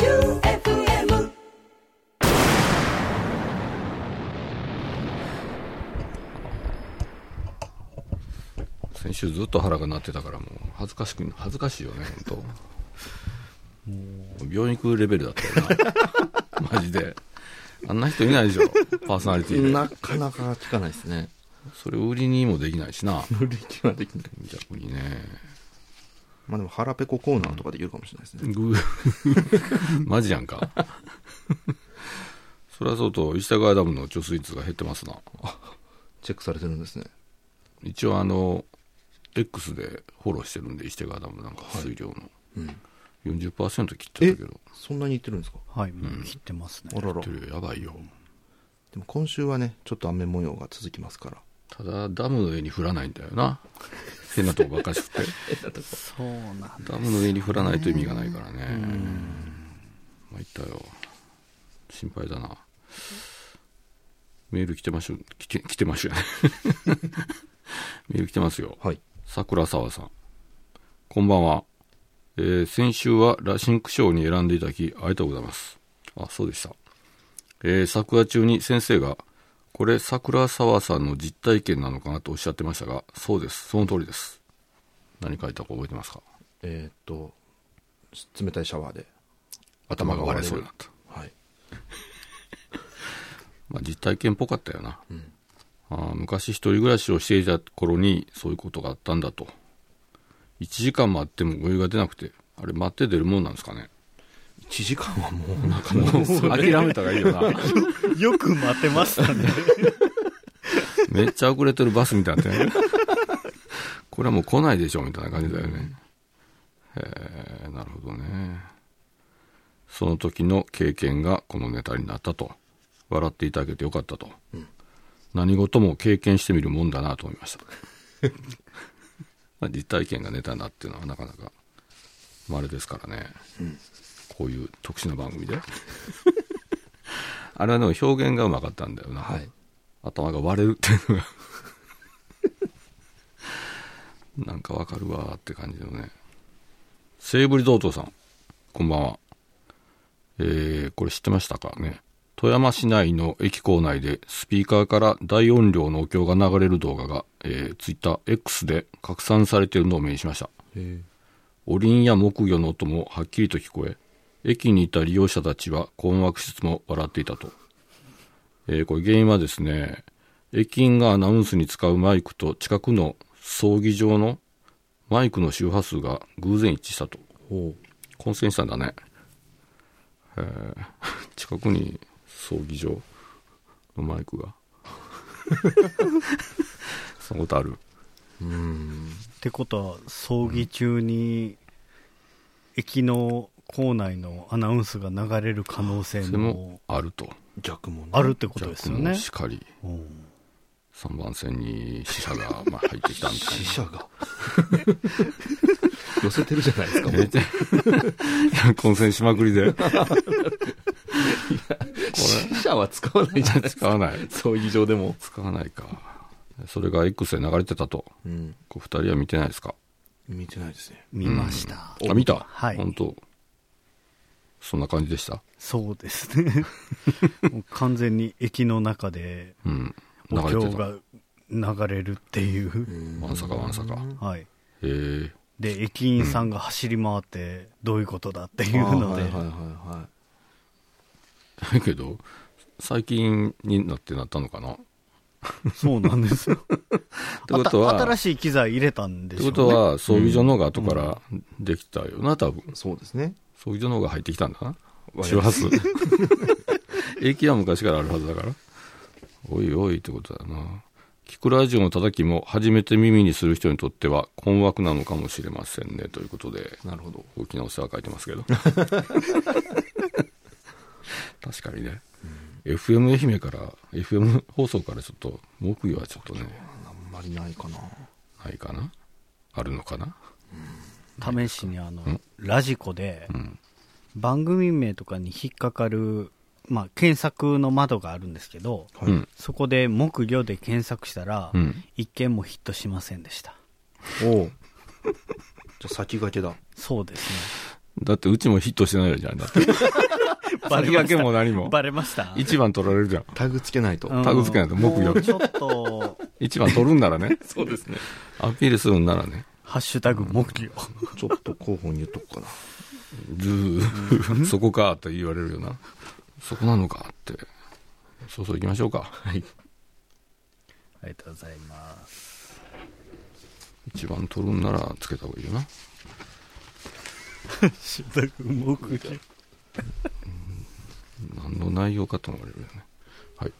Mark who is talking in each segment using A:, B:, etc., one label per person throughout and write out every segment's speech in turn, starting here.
A: J-O-E-U-F-M
B: 先週ずっと腹が鳴ってたからもう恥ずかしく恥ずかしいよね本当病院行くレベルだったよなマジであんな人いないでしょパーソナリティで
C: なかなか聞かないですね。
B: それ売りにもできないしな
C: 乗り気はできない。
B: 逆にね
C: まあでも、腹ペココーナーとかできるかもしれないですね。
B: グー マジやんかそれはそうと石田川ダムの貯水率が減ってますな
C: チェックされてるんですね。
B: 一応あの X でフォローしてるんで石手川ダムなんか水量の、40%切っちゃったけど
C: そんなに言ってるんですか
D: はい、もう切ってますね。
C: あらら。
B: 切
C: で
B: ってるよやばいよ
C: も今週はね、ちょっと雨模様が続きますから。
B: ただダムの上に降らないんだよな変なとこばっかし降って
D: そうなんだ。
B: ダムの上に降らないと意味がないからねまいったよ心配だなメール来てましょ来て来てましょ メール来てますよ
C: はい。
B: 桜沢さん。こんばんは。えー先週はラシンク賞に選んでいただき、ありがとうございます。あ、そうでした。えー、作画中に先生が、これ桜沢さんの実体験なのかなとおっしゃってましたが、そうです。その通りです。何書いたか覚えてますか
C: えーっと、し冷たいシャワーで。
B: 頭が割れそうになった。
C: はい。
B: まあ、実体験っぽかったよな、あー昔一人暮らしをしていた頃にそういうことがあったんだと1時間待ってもお湯が出なくてあれ待って出るもんなんですかね
C: 1時間はもう、なんか
B: もう諦めた方がいいよな
D: よく待てましたね。
B: めっちゃ遅れてるバスみたいになってねこれはもう来ないでしょみたいな感じだよねへえなるほどねその時の経験がこのネタになったと笑っていただけてよかったと、何事も経験してみるもんだなと思いましたまあ実体験がネタになっていうのはなかなかまれですからね、こういう特殊な番組で あれはでも表現がうまかったんだよな、
C: はい。
B: 頭が割れるっていうのが なんかわかるわーって感じのねセーブリ道東さんこんばんはえー、これ知ってましたかね富山市内の駅構内でスピーカーから大音量のお経が流れる動画が、えー、ツイッター X で拡散されているのを目にしました
C: え
B: おりんや木魚の音もはっきりと聞こえ駅にいた利用者たちは困惑しつつも笑っていたと、えーこれ原因はですね駅員がアナウンスに使うマイクと近くの葬儀場のマイクの周波数が偶然一致したと
C: おう
B: 混戦したんだね、えー 近くに葬儀場のマイクが そんなことある
D: ってことは、葬儀中に、駅の構内のアナウンスが流れる可能性
B: それも
D: も
B: あると
C: 逆もね。
D: あるってことですよ
B: ジャック
D: ね
B: も。しかり
D: うん
B: 3番線に死者が、まあ、入ってきたみたい
C: 死者が。 寄せてるじゃない ですか、もう。
B: な。混戦しまくりで。こ
C: 死者は使わないじゃな
B: れ、
C: い です
B: 使
C: か。
B: わない。
C: 葬儀場でも。
B: 使わないか。それが X で流れてたと。
C: うん。
B: こう二人は見てないですか
C: 見てないですね。
D: 見ました。
B: あ、見た
D: はい
B: 本当そんな感じでした
D: そうですね。もう完全に駅の中で、
B: うん。流
D: お
B: れ
D: 経
B: てた。
D: が流れるっていう。
B: わんさかわんさか。
D: はい。
B: へえ。
D: で、駅員さんが走り回って、どういうことだってい
C: あ
D: う
C: ー
D: の
C: はい
D: で
C: はい、はいはい。
B: だ けど、最近になってなったのかなっ
D: そうなんですよ。
B: てことは
D: あた、新しい機材入れたんで
B: て
D: しょう
B: こ
D: ね。
B: とは、葬儀場の方が後からできたよな、多分。
C: そうですね。
B: 葬儀場の方が入ってきたんだな。
C: わかり
B: 周
C: ま
B: 波数。 駅は昔からあるはずだから。おいおいってことだな。キクラジオの叩きも初めて耳にする人にとっては困惑なのかもしれませんね。ということで、
C: なるほど。
B: 大きなお世話書いてますけど。確かにね。FM 愛媛から、FM 放送からちょっと、木魚はちょっとね、
C: あんまりないかな。
B: ないかなあるのかな
D: 試しにあの、ラジコで、番組名とかに引っかかる、まあ、検索の窓があるんですけど、
C: はい
B: うん。
D: そこで木魚で検索したら、
B: うん
D: 一件もヒッ トしませんでした。
C: おうじゃあ先駆けだ。
D: そうですね。
B: だってうちもヒットしてないじゃん。だって。 先駆けも何も。
D: バレました
B: 一番取られるじゃん。
C: タグつけないと。
D: うん
B: タグつけないと木
D: も
B: 魚
D: うちょっと、
B: 一番取るんならね。
E: そうですね。
B: アピールするんならね。
D: ハッシュタグ木魚。
C: ちょっと候補に言っとくかな。
B: ずー、そこかって言われるよな。そこなのかって。そうそう行きましょうか。はい。
D: ありがとうございます。
B: 一番取るんならつけた方がいいよな。
D: ハッシュタグ木魚。
B: 何の内容かと思われるよね。はい。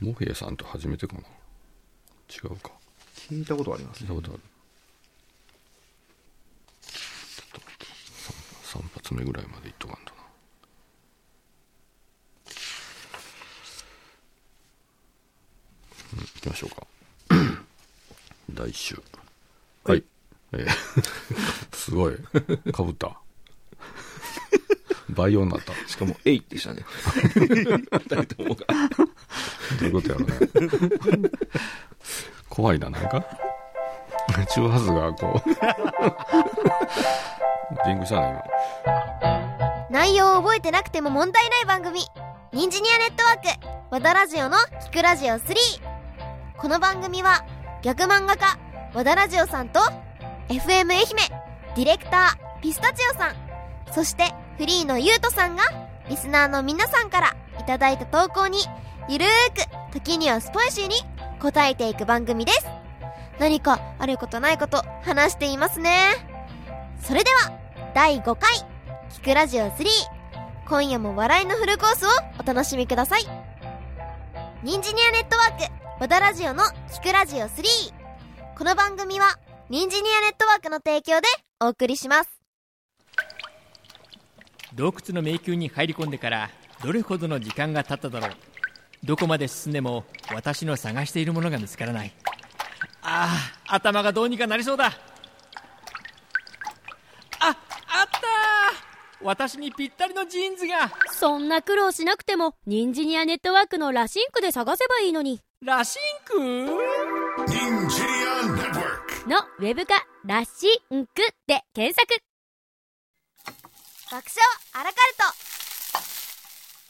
B: モヘイさんと初めてかな。違うか。
C: 聞いたことあります
B: 聞いたことある。ちょっと待って。3, 発目ぐらいまでいっとかんとな。うん、行きましょうか。 第一週。はい。えー すごい。かぶった。 倍音になった。
C: しかも、えいってしたね。
B: どういうことやろね。 怖いな、なんか。周波数が こう。リンクしたね、
F: 内容を覚えてなくても問題ない番組「ニンジニアネットワーク和田ラジオの聞くラジオ3」この番組は逆漫画家和田ラジオさんと FM 愛媛ディレクターピスタチオさんそしてフリーのゆうとさんがリスナーの皆さんからいただいた投稿にゆるーく時にはスパイシーに答えていく番組です何かあることないこと話していますねそれでは第5回聞くラジオ3今夜も笑いのフルコースをお楽しみくださいニンジニアネットワーク和田ラジオの聞くラジオ3この番組はニンジニアネットワークの提供でお送りします
E: 洞窟の迷宮に入り込んでからどれほどの時間が経っただろうどこまで進んでも私の探しているものが見つからないああ頭がどうにかなりそうだああったー私にぴったりのジーンズが
G: そんな苦労しなくても、ニンジニアネットワークのラシンクで探せばいいのに。
E: ラシンク
H: Ninjinia Network.
G: のウェブ化、ラシンクで検索。
F: 爆笑アラカ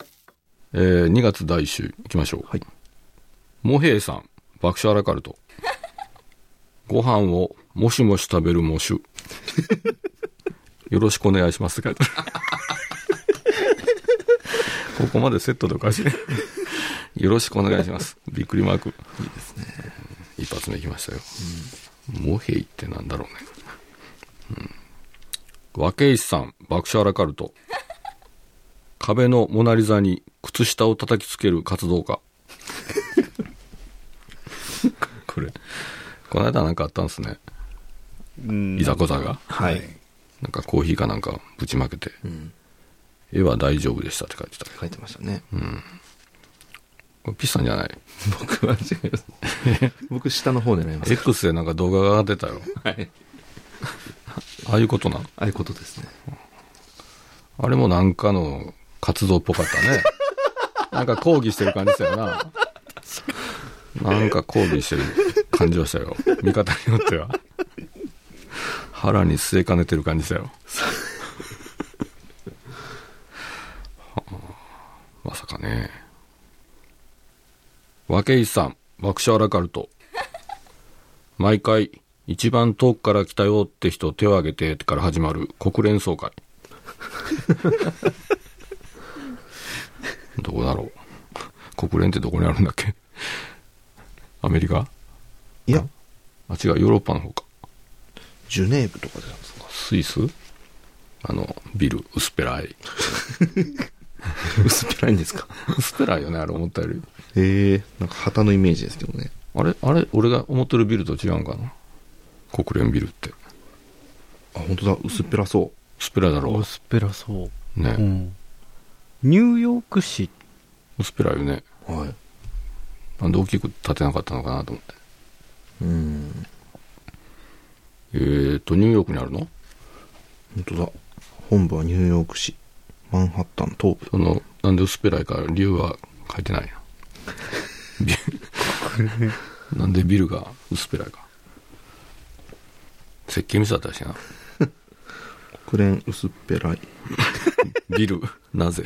F: ルト
B: えー、2月第1週行きましょう。
C: はい
B: モヘイさん、爆笑アラカル ト。ご飯をもしもし食べるモシュ。よろしくお願いし ますって書いてある。ここまでセットでおかしい。よろしくお願いします。びっくりマーク。いいですね。一発目行きましたよ。モヘイってなんだろうね。うん。和石さん、爆笑アラカルト。壁のモナリザに靴下を叩きつける活動家。これ、この間なんかあったんですね。
D: うん
B: いざこざが。
C: はい。
B: なんかコーヒーかなんかぶちまけて、
C: うん。
B: 絵は大丈夫でしたって書いてた。
C: 書いてましたね。
B: これピッさんじゃない。
C: 僕は違 います。僕、下の方狙います。
B: X でなんか動画が出たよ。
C: はい。
B: ああいうことなん。
C: ああいうことですね。
B: あれもなんかの活動っぽかったね。なんか抗議してる感じしたよな。なんか抗議してる感じはしたよ。見方によっては。腹に据えかねてる感じしたよ。はあまさかね。和井さん、爆笑アラカルト。毎回、一番遠くから来たよって人手を挙げてから始まる国連総会。どこだろう。国連ってどこにあるんだっけアメリカ
C: いや、
B: あ、違う、ヨーロッパの方か。
C: ジュネーブとかでなんですか
B: スイスあの、ビル、薄っぺらい。
C: 薄っぺらいんですか
B: 薄っぺらいよね、あれ思ったより。
C: へ え、なんか旗のイメージですけどね。
B: あれ、あれ、俺が思ってるビルと違うんかな国連ビルって。
C: あ、本当だ、薄っぺらそ
B: 薄っぺらいだろ。
D: 薄っぺらそうう。う
B: ね。
D: ん。ニューヨーク市、
B: 薄っぺらいよね。
C: う。はい。
B: なんで大きく建てなかったのかなと思って。
C: うん。
B: えーと、ニューヨークにあるの
C: 本当だ。本部はニューヨーク市、マンハッタン東部。
B: その、なんで薄っぺらいか理由は書いてないな。ビ ルなんでビルが薄っぺらいか。設計ミスだったらしいな。
C: クレン薄っぺらい。
B: ビル、 なぜ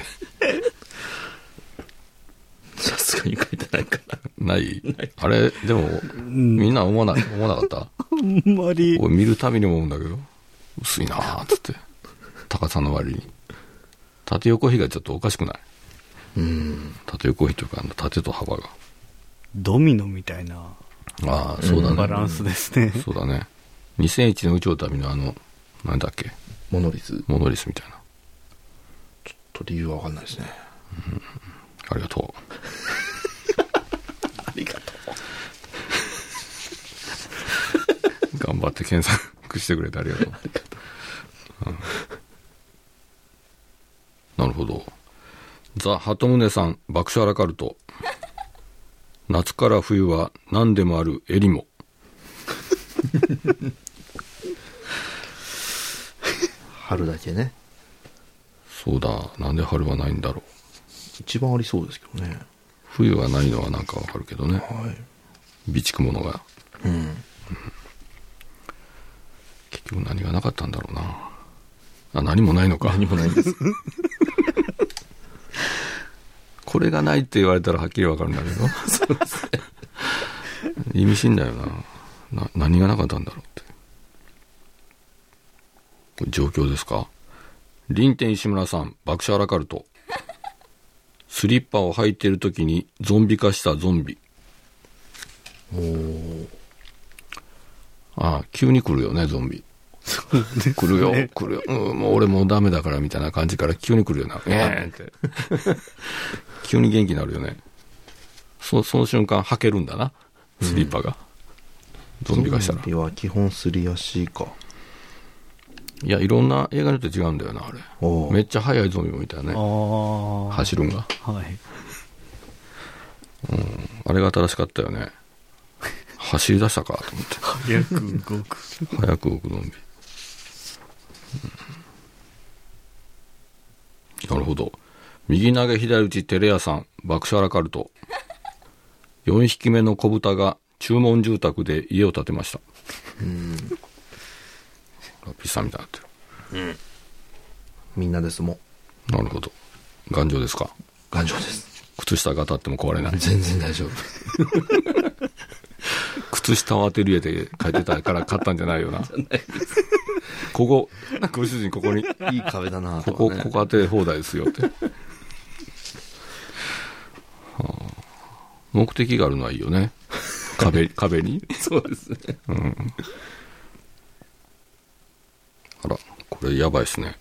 C: さすがに書いてないかな。
B: ないあれ、でも、みんな思わない、思わなかった
D: あんまり。
B: 俺見るたびに思うんだけど、薄いなーっつって。高さの割に。縦横比がちょっとおかしくない縦横比というか、あの縦と幅が。
D: ドミノみたいな
B: ああ、そうだね。
D: バランスですね。
B: そうだね。2001の宇宙旅のあの、なんだっけ、
C: モノリズ。
B: モノリスみたいな。
C: と理由はわかんないですね。
B: ありがと
C: ありがと
B: う。頑張って検索してくれてありがとう。うんなるほど。ザ・ハトムネさん、爆笑アラカルト。夏から冬は何でもあるエリモ。
C: う。春だけね。
B: そうだ、なんで春はないんだろう。
C: 一番ありそうですけどね。
B: 冬はないのはなんかわかるけどね。
C: はい。
B: 備蓄物が。
C: うん。
B: 結局何がなかったんだろうな。あ、何もないのか。
C: 何もないんです。
B: これがないって言われたらはっきりわかるんだけど。意味深だよなな。何がなかったんだろうって。これ状況ですか臨天石村さん、爆笑アラカルト。スリッパを履いてる時にゾンビ化したゾンビ。ああ、急に来るよね、ゾンビ。 来るよ、来るよ。うん、もう俺もうダメだからみたいな感じから急に来るよな。えーって。急に元気になるよね。そその瞬間履けるんだな、スリッパが。ゾンビ化したら
C: ゾン。ビは基本すり足か。
B: いや、いろんな映画によって違うんだよな、あれ。
C: おう
B: めっちゃ速いゾンビもいたよね
D: あ。あ。は
B: 走るんが。
D: い。
B: あれが正しかったよね。走り出したかと思って。
D: 早く動く。
B: 早く動くゾンビ、うんなるほど右投げ左打ちテレ屋さん爆笑アラカルト4匹目の子豚が注文住宅で家を建てましたラピスさんみたいになって
C: みんなですもん。
B: るなるほど頑丈ですか
C: 頑丈です。
B: 靴下が当たっても壊れない
C: 全然大丈夫。
B: 靴下を当てる家で買ってたから買 ったんじゃないよなここご主人ここに
C: いい壁だな
B: ことこ、
C: かね
B: ここ当て放題ですよっ て。はあ、目的があるのはいいよね。壁、壁に。
C: そうですね。
B: あら、これやばいですね。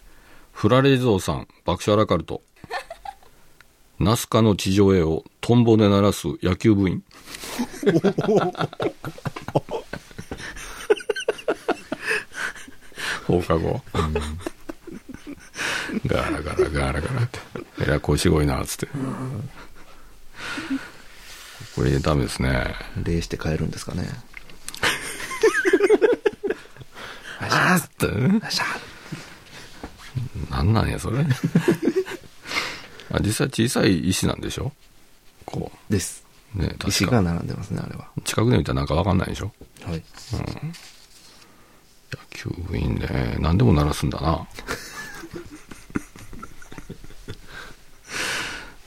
B: フラレイゾーさん、爆笑アラカルト。ナスカの地上絵をトンボで鳴らす野球部 員。放課後。ガラガラガラガラって。えらい声すごいな、つって。これダメですね。
C: 礼して帰るんですかね。
B: あーっつってね。
C: よっしゃ
B: なんなんや、それ。 あ実際小さい石なんでしょこ
C: です。
B: う。ね、確か
C: 石が並んでますね、あれは。
B: 近くで見たらなんかわかんないでしょ
C: はい。
B: 野球部員で、何でも鳴らすんだな。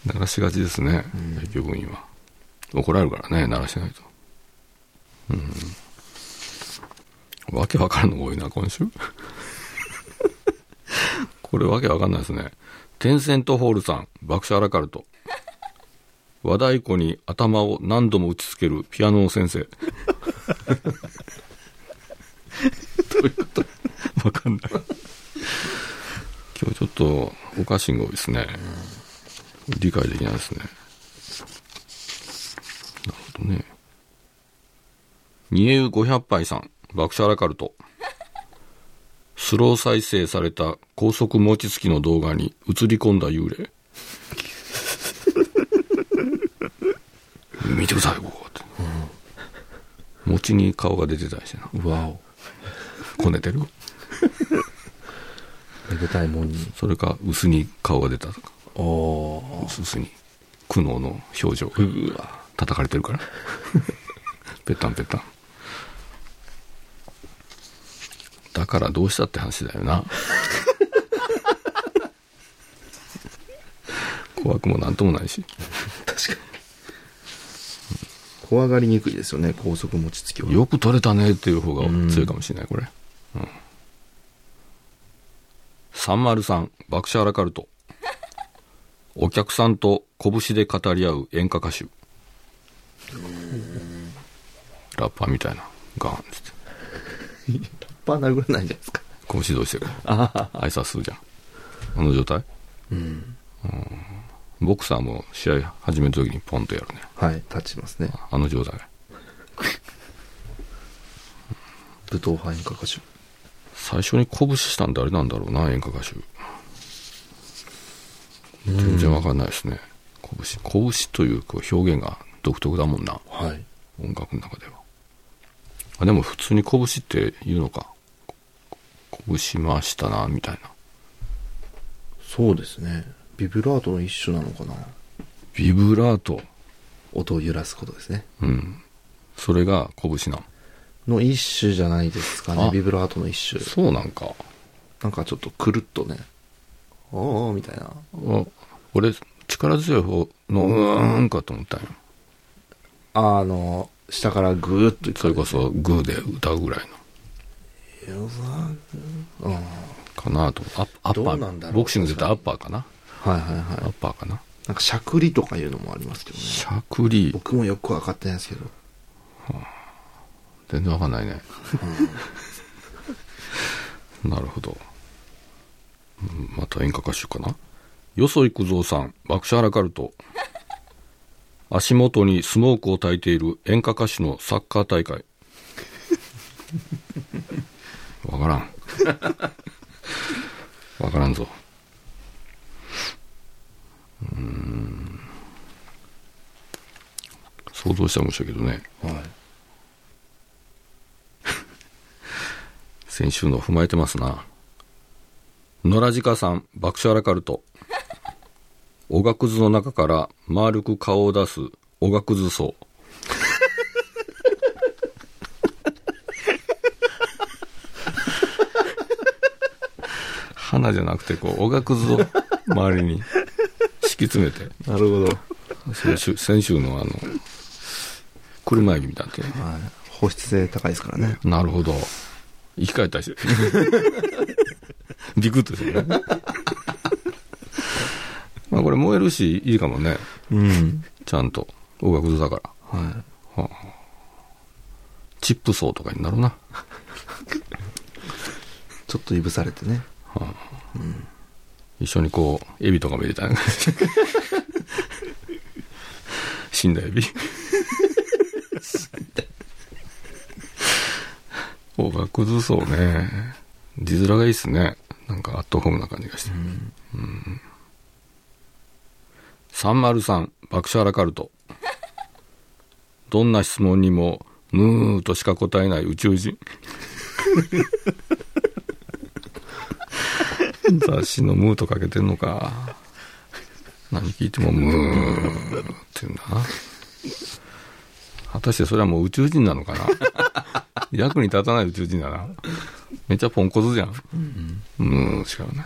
B: 鳴らしがちですね、野球部員は。怒られるからね、鳴らしないと。うん。わけわからんのが多いな、今週。 これわけわかんないですね。テンセントホールさん、爆笑アラカルト。和太鼓に頭を何度も打ちつけるピアノの先生。わかんない。今日ちょっとおかしいんが多いですね。理解できないですね。なるほどね。ニエウ500杯さん、爆笑アラカルト。スロー再生された高速餅つきの動画に映り込んだ幽霊。見てください、ここって。餅に顔が出てたりしてな。
C: わお。
B: こねてる。
C: めでたいもんに。
B: それか、薄に顔が出たとか、
C: おー。
B: 薄に苦悩の表情が叩かれてるから。ぺったんぺったん。だからどうしたって話だよな。怖くもなんともないし。
C: 確かに。怖がりにくいですよね、高速餅つきは。
B: よく取れたねっていう方が強いかもしれない、これ。うん。303、爆笑アラカルト。 お客さんと拳で語り合う演歌歌手。ラッパーみたいな。ガーンっつって。
C: パー殴らないじゃないですか。
B: 拳同士でこう挨拶するじゃん。あの状態うん。ボクサーも試合始めた時にポンとやるね。
C: はい、立ちますね。
B: あの状態。
C: 武闘派演歌歌手。
B: 最初に鼓舞したん誰なんだろうな演歌歌手全然わかんないですね鼓舞し鼓舞しというこう表現が独特だもんな
C: はい。
B: 音楽の中ではあでも普通に鼓舞しって言うのかこ鼓舞しましたなみたいな
C: そうですね。ビブラートの一種なのかな。
B: ビブラート
C: 音を揺らすことですね。
B: うんそれが拳なん
C: の一種じゃないですかね
B: あ。
C: ビブラートの一種。
B: そうなんか
C: なんかちょっとくるっとね。おーみたいな。
B: あ俺力強い方のうーんかと思ったんよ
C: あの、下からぐーっと
B: それこそグーで歌うぐらいの
C: よさぐーうん。
B: かなとアッアッパ
C: どうなんだ
B: ー
C: ろう
B: ボクシングで言ったらアッパーかな
C: はいはいはい。
B: アッパーかな
C: なんかしゃくりとかいうのもありますけどね。
B: しゃくり
C: 僕もよくわかってないですけど。
B: 全然わかんないねなるほどうんまた演歌歌手かなよそ行くぞうさん爆笑アラカルト足元にスモークを焚いている演歌歌手のサッカー大会わからんわからんぞうーん想像したら面白いけどね
C: はい。
B: 先週の踏まえてますな野良鹿さん爆笑アラカルトおがくずの中から丸く顔を出すおがくず層花じゃなくてこうおがくずを周りに敷き詰めて
C: なるほど。
B: 先週先週のあの車エビみたいになってる
C: はい。保湿性高いですからね。
B: なるほど。生き返ったりして。 ビクッとしてるね。まあこれ燃えるし、いいかもね。
C: うん。
B: ちゃんと。音楽図だから。
C: は
B: チップ層とかになるな。
C: い。ちょっといぶされてね。
B: 一緒にこう、エビとかも入れたいな死んだエビ。おがくずそうね。字面がいいっすね。なんかアットホームな感じがして。うん。303、爆笑アラカルト。どんな質問にも、ムーとしか答えない宇宙人。雑誌のムーとかけてんのか。何聞いてもムーってんだな。果たしてそれはもう宇宙人なのかな役に立たない宇宙人だな。めっちゃポンコツじゃん。ムーしかね。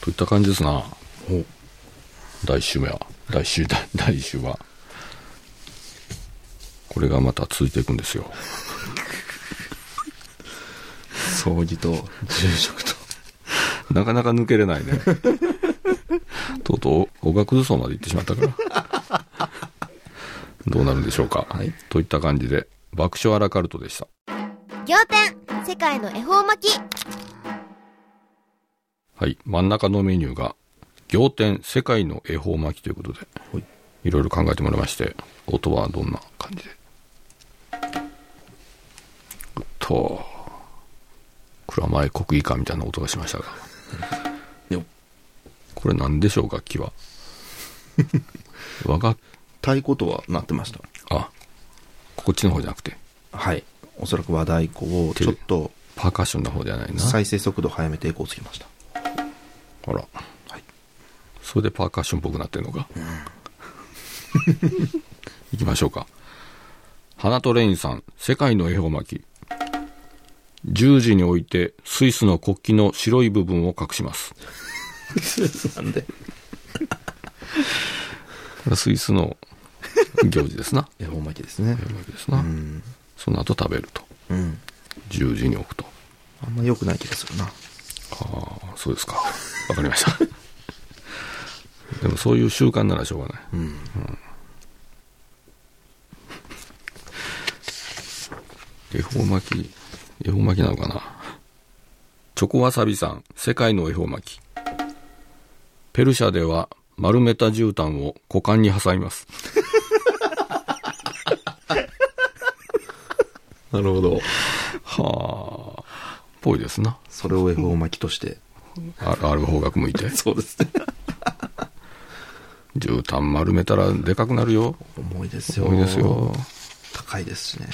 B: といった感じですな。第1週目は。第1週、第第一週は。これがまた続いていくんですよ。
C: 葬儀と住職と。
B: なかなか抜けれないね。とうとう、おがくず層まで行ってしまったから。どうなるんでしょうか。といった感じで、爆笑アラカルトでした。
F: 仰天世界の恵方巻き
B: はい。真ん中のメニューが、仰天世界の恵方巻きということで、
C: はい。
B: いろいろ考えてもらいまして、音はどんな感じで。おっと、蔵前国技館みたいな音がしましたが、
C: よ
B: これ何でしょう、楽器 は。和楽
C: 太鼓とはなってました。
B: あ、こっちの方じゃなくて、
C: はい。おそらく和太鼓をちょっと
B: パーカッションの方じゃないな。
C: 再生速度早めてエコーつきました。
B: あら。
C: はい。
B: それでパーカッションっぽくなってるのか。行きましょうか。花とレインさん、世界の恵方巻き。十字に置いて、スイスの国旗の白い部分を隠します。
C: スイスな んで。
B: スイスの行事ですな。
C: 恵方巻きですね。
B: というわけですな。
C: うん。
B: その後食べると。
C: うん。
B: 10時に置くと。
C: あんま良くない気がするな。
B: ああ、そうですか。わかりました。 でもそういう習慣ならしょうがない。
C: うん。
B: 恵方巻き、恵方巻きなのかなチョコわさびさん、世界の恵方巻き。ペルシャでは丸めた絨毯を股間に挟みます。
C: なるほど。
B: はあ、ぽいですな。
C: それを恵方巻きとして。
B: あある方角向いて。
C: そうですね。
B: 絨毯丸めたらでかくなるよ。
C: 重いですよ。
B: 多いです。よ。
C: 高いですしね。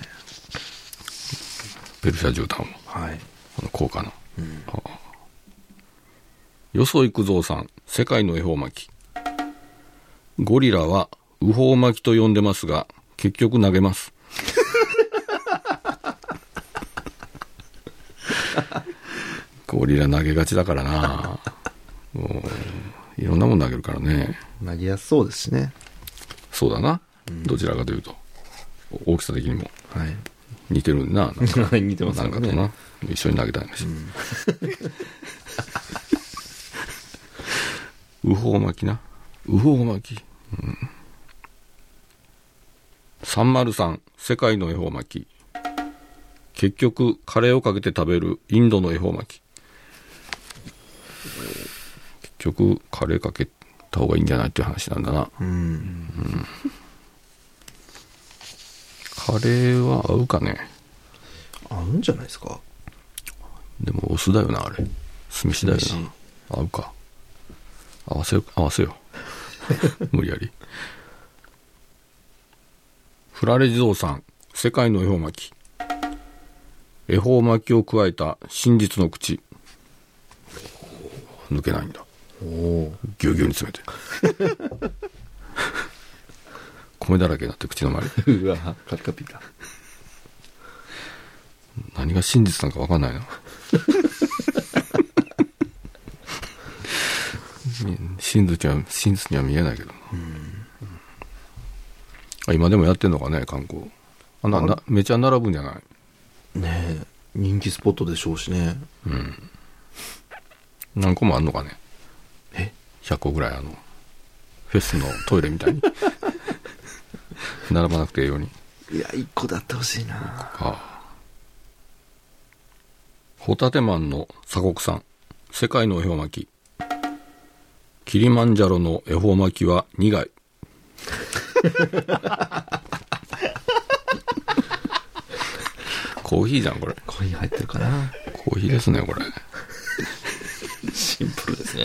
B: ペルシャ絨毯を。
C: はい。
B: あの、高価な。はあよそいくぞうさん、世界の恵方巻き。ゴリラは、右方巻きと呼んでますが、結局投げます。ゴリラ投げがちだからな。もう、いろんなもん投げるからね。
C: 投げやすそうですしね。
B: そうだな。どちらかというと。お大きさ的にも
C: はい。
B: 似てるな。なんか
C: 似て
B: なんかとな。一緒に投げたいなし。うほう巻きな。うほう巻き。うん。303、世界の恵方巻き。結局、カレーをかけて食べるインドの恵方巻き。結局、カレーかけた方がいいんじゃないっていう話なんだな。
C: うん。
B: カレーは合うかね。
C: 合うんじゃないですか。
B: でも、お酢だよな、あれ。酢飯だよ
C: 酢飯
B: な。合うか。合わせよ、合わせよ。 無理やり。フラレ地蔵さん、世界の恵方巻き。恵方巻きを加えた真実の口。抜けないんだ。
C: おお。
B: ぎゅうぎゅうに詰めて。 米だらけになって口の周り。
C: うわ、カピカピだ。
B: 何が真実なの か分かんないな真実には真実には見えないけどなあ今でもやってんのかね観光あななめちゃ並ぶんじゃない
C: ねえ。人気スポットでしょうしね。
B: 何個もあんのかね
C: え
B: 100個ぐらいあのフェスのトイレみたいに並ばなくてええように
C: いや、一個だってほしいな。
B: ああホタテマンの鎖国さん世界の恵方巻きキリマンジャロの恵方巻きは苦いコーヒーじゃんこれ
C: コイン入ってるかな。
B: コーヒーですねこれ
C: シンプルですね。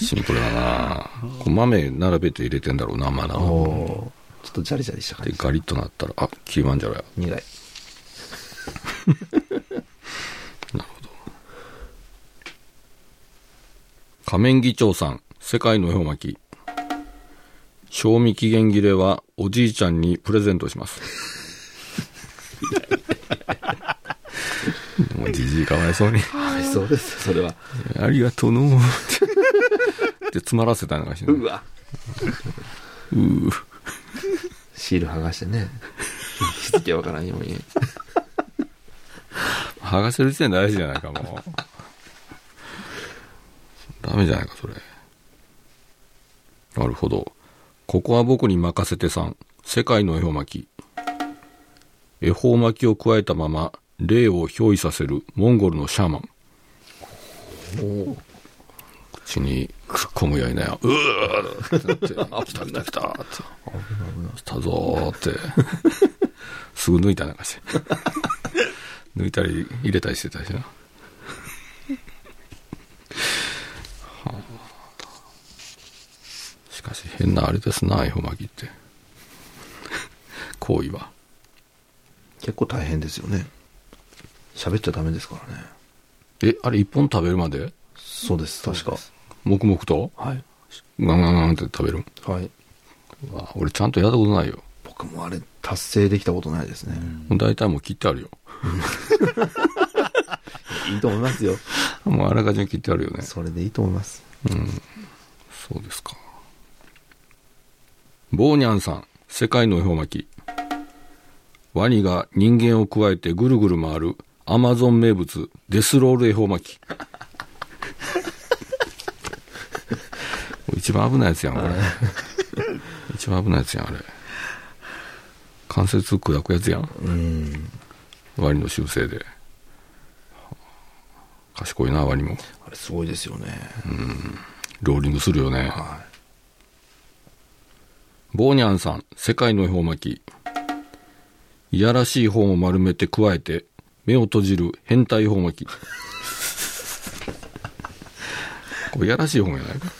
B: シンプルだなこう豆並べて入れてんだろうなまだ
C: おお。ちょっとジャリジャリした感
B: で
C: じ。
B: ガリッとなったらあキリマンジャロや
C: 苦い。
B: 仮面議長さん、世界の恵方巻き。賞味期限切れはおじいちゃんにプレゼントします。もうじじいかわいそうに。
C: はい、そうです。それは。
B: ありがとうの。 って詰まらせたのがしな
C: うわ。シール剥がしてね。日付わからんように。
B: 剥がせる時点で大事じゃないか、もう。ダメじゃないか、それ。なるほど。ここは僕に任せてさん。世界の恵方巻き。恵方巻きを加えたまま、霊を憑依させるモンゴルのシャーマン。口に突っ込むよいなよ。うーってなって、来た来た来たって。来たぞーって。すぐ抜いたなんかして。抜いたり入れたりしてたしな、はあしかし変なあれですな恵方巻きって行為は
C: 結構大変ですよね。喋っちゃダメですからね。
B: えあれ一本食べるまで
C: そうです、確か。
B: 黙々と
C: はい。
B: ガンガンガンって食べる
C: はい。
B: わ俺ちゃんとやったことないよ
C: 僕もあれ、達成できたことないですね。
B: 大体もう切ってあるよ
C: いいと思いますよ。
B: もうあらかじめ切ってあるよね
C: それでいいと思います。
B: そうですか。ボーニャンさん、世界の恵方巻き。ワニが人間を加えてぐるぐる回るアマゾン名物デスロール恵方巻き。一番危ないやつやん、これ。一番危ないやつやん、あれ。関節砕くやつやん。ワニの習性で。賢いな、ワニも。
C: あれすごいですよね。
B: ローリングするよね。ボーニャンさん、世界の恵方巻き。いやらしい方を丸めて加えて、目を閉じる変態恵方巻 き。これいやらしい方やないか。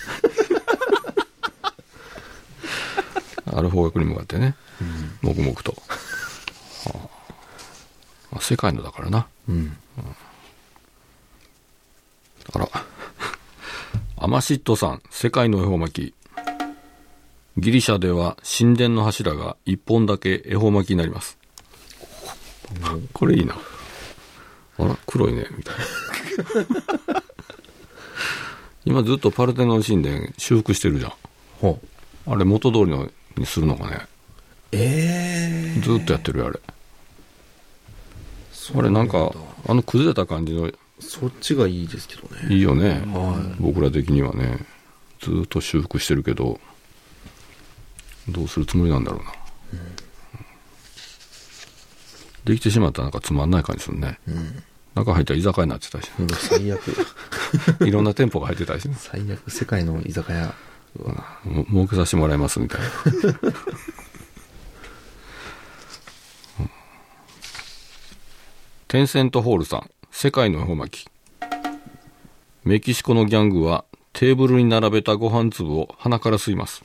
B: ある方角に向かってね、黙々と。はあまあ世界のだからな。
C: うん。
B: あら。アマシットさん、世界の恵方巻き。ギリシャでは神殿の柱が一本だけ恵方巻きになります。これいいな。あら、黒いね、みたいな。今ずっとパルテノン神殿修復してるじゃん。
C: ほう。
B: あれ元通りのにするのかね。
C: ええ
B: ずっとやってるよ、あれ。あれなんか、あの崩れた感じの
C: そっちがいいですけどね。
B: いいよね、僕ら的にはねずーっと修復してるけどどうするつもりなんだろうな、できてしまったらなんかつまんない感じするね、中入ったら居酒屋になってたし
C: うん最 悪。
B: いろんな店舗が入ってたし
C: 最悪。世界の居酒屋。うわ
B: も儲けさせてもらいますみたいな、うんテンセントホールさん世界の恵方巻きメキシコのギャングはテーブルに並べたご飯粒を鼻から吸います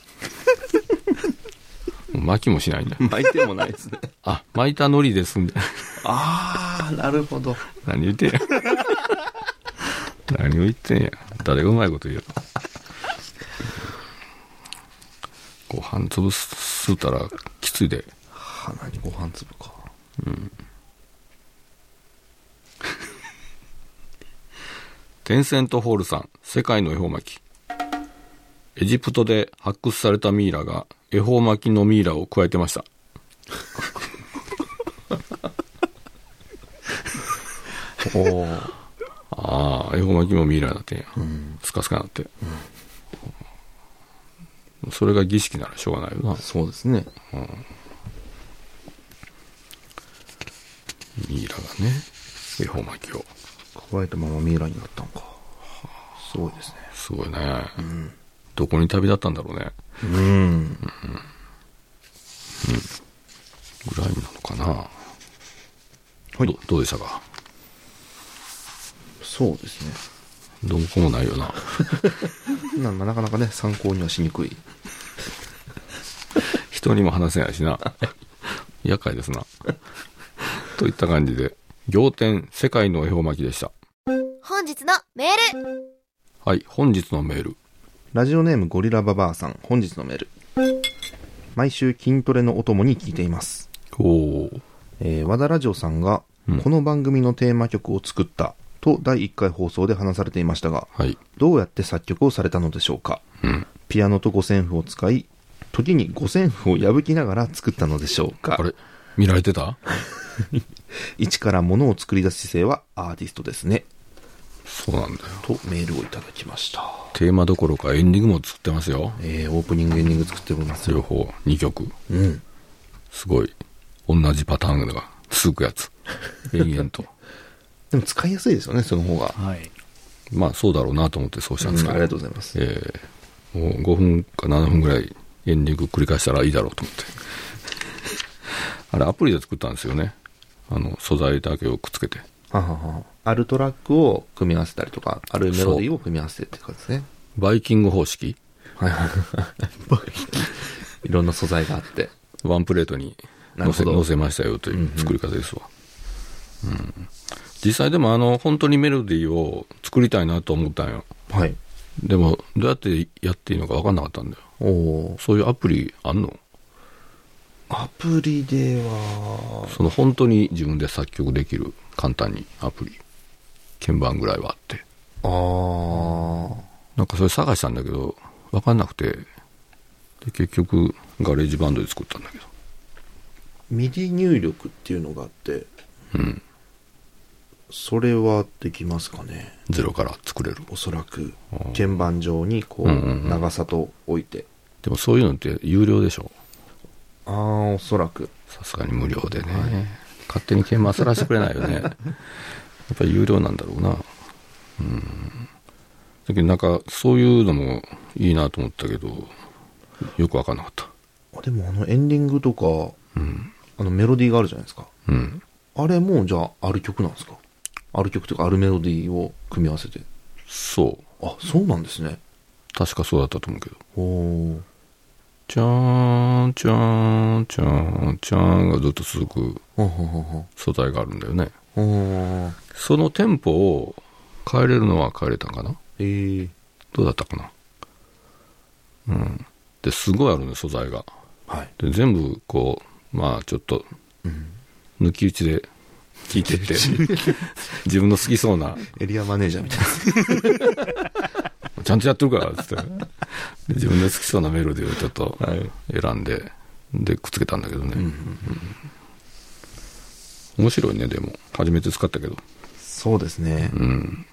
B: もう巻きもしないんだ
C: 巻いてもないですね。
B: あ巻いた海苔ですみたい
C: あ あ、なるほど。
B: な何言ってんや何を言ってんや誰がうまいこと言うのご飯粒吸ったらきついで
C: 鼻にご飯粒か。
B: テンセントホールさん、世界の恵方巻き。エジプトで発掘されたミイラが恵方巻きのミイラを加えてました。
C: おお。
B: ああ、恵方巻きもミイラになってんや。スカスカなって。それが儀式ならしょうがないよな。
C: そうですね。
B: ミイラがね、恵方巻きを。
C: 乾いたままミイラになったんか。すごいですね。
B: すごいね。どこに旅立ったんだろうね。
C: うん。
B: ぐらいなのかな。
C: い
B: どどうでしたか
C: そうですね。
B: どうもないよな。
C: なんかなかなかね、参考にはしにくい。
B: 人にも話せないしな。 厄介ですな。 といった感じで、仰天世界の恵方巻きでした。
F: 本日のメール
B: はい、本日のメール。
C: ラジオネームゴリラババアさん、本日のメール。毎週筋トレのお供に聞いています。
B: おー
C: えー和田ラジオさんが、
B: うん
C: この番組のテーマ曲を作ったと第1回放送で話されていましたが、
B: はい。
C: どうやって作曲をされたのでしょうか
B: うん。
C: ピアノと五線譜を使い、時に五線譜を破きながら作ったのでしょうか
B: あれ見られてた
C: 一から物を作り出す姿勢はアーティストですね。
B: そうなんだよ。
C: とメールをいただきました。
B: テーマどころかエンディングも作ってますよ。
C: えー、オープニングエンディング作っております
B: 両
C: よ。
B: 方、2曲。
C: うん。
B: すごい。同じパターンが続くや つ。延々と。
C: でも使いやすいですよね、その方が。
D: はい。
B: まあ、そうだろうなと思ってそうしたんです
C: うん
B: け
C: あ
B: ど。
C: りがとうございます。
B: えーもう5分か7分ぐらいエンディング繰り返したらいいだろうと思って。 あれ、アプリで作ったんですよね。あの、素材だけをくっつけて。
C: はははあるトラックを組み合わせたりとか、あるメロディーを組み合わせてって感じですね。
B: バイキング方式
C: はいはいはい。 いろんな素材があって。
B: ワンプレートに載せ
C: なるほど
B: 載せましたよとい
C: ん
B: う作り方ですわ。うん実際でもあの、本当にメロディーを作りたいなと思ったんよ。
C: はい。
B: でも、どうやってやっていいのか分かんなかったんだよ。
C: おお。
B: そういうアプリあんの
C: アプリでは、
B: その本当に自分で作曲できる簡単にアプリ。鍵盤ぐらいはあって。
C: あ
B: なんかそれ探したんだけど分かんなくてで結局ガレージバンドで作ったんだけど
C: ミディ入力っていうのがあって
B: うん
C: それはできますかね
B: ゼロから作れる
C: おそらく
B: ああ
C: 鍵盤上にこ
B: うんうんう
C: うん長さと置いて
B: でもそういうのって有料でしょ
C: ああおそらく
B: さすがに無料でね、勝手に鍵盤さらしてくれないよねやっぱり有料なんだろうなうんだけどなんかそういうのもいいなと思ったけどよく分かんなかった
C: あでもあのエンディングとか
B: うん
C: あのメロディーがあるじゃないですか
B: うん
C: あれもじゃあある曲なんですかある曲というかあるメロディーを組み合わせて
B: そう
C: あそうなんですね
B: 確かそうだったと思うけど
C: おお
B: チャーンチャーンチャーンチャーンがずっと続く
C: はんはんはんはん
B: 素材があるんだよね
C: あ
B: そのテンポを変えれるのは変えれたんかな
C: ーええ
B: どうだったかなうんですごいあるね素材が
C: はい
B: で全部こうまあちょっと抜き打ちで聞いてって自分の好きそうな
C: エリアマネージャーみたい
B: ちゃんとやってるから っつってで自分の好きそうなメロディーをちょっと選んで、でくっつけたんだけどね、面白いねでも初めて使ったけど
C: なそうですね、
B: うん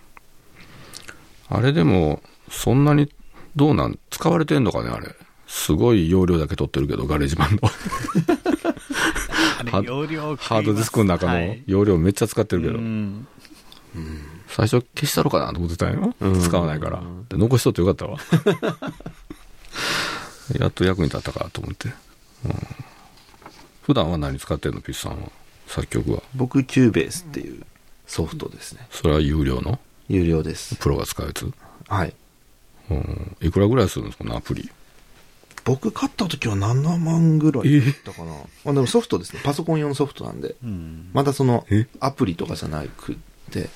B: あれでもそんなにどうなん使われてんのかねあれすごい容量だけ取ってるけどガレージバンド
D: あれ
B: ハード
D: 容量
B: ハードディスクの中
D: は
B: の
D: い
B: 容量めっちゃ使ってるけど、
D: うん
B: 最初消したろかなと思ってたんよ、使わないからで残しとってよかったわ やっと役に立ったかと思って、うん、普段は何使ってんのピッチさんは作曲は
C: 僕キューベースっていうソフトですね
B: それは有料の
C: 有料です
B: プロが使うやつ、
C: はい
B: うん、いくらぐらいするのそのアプリ
C: 僕買った時は7万ぐらいだったかな、まあ、でもソフトですねパソコン用のソフトなんで、
D: うん
C: まだそのアプリとかじゃなくって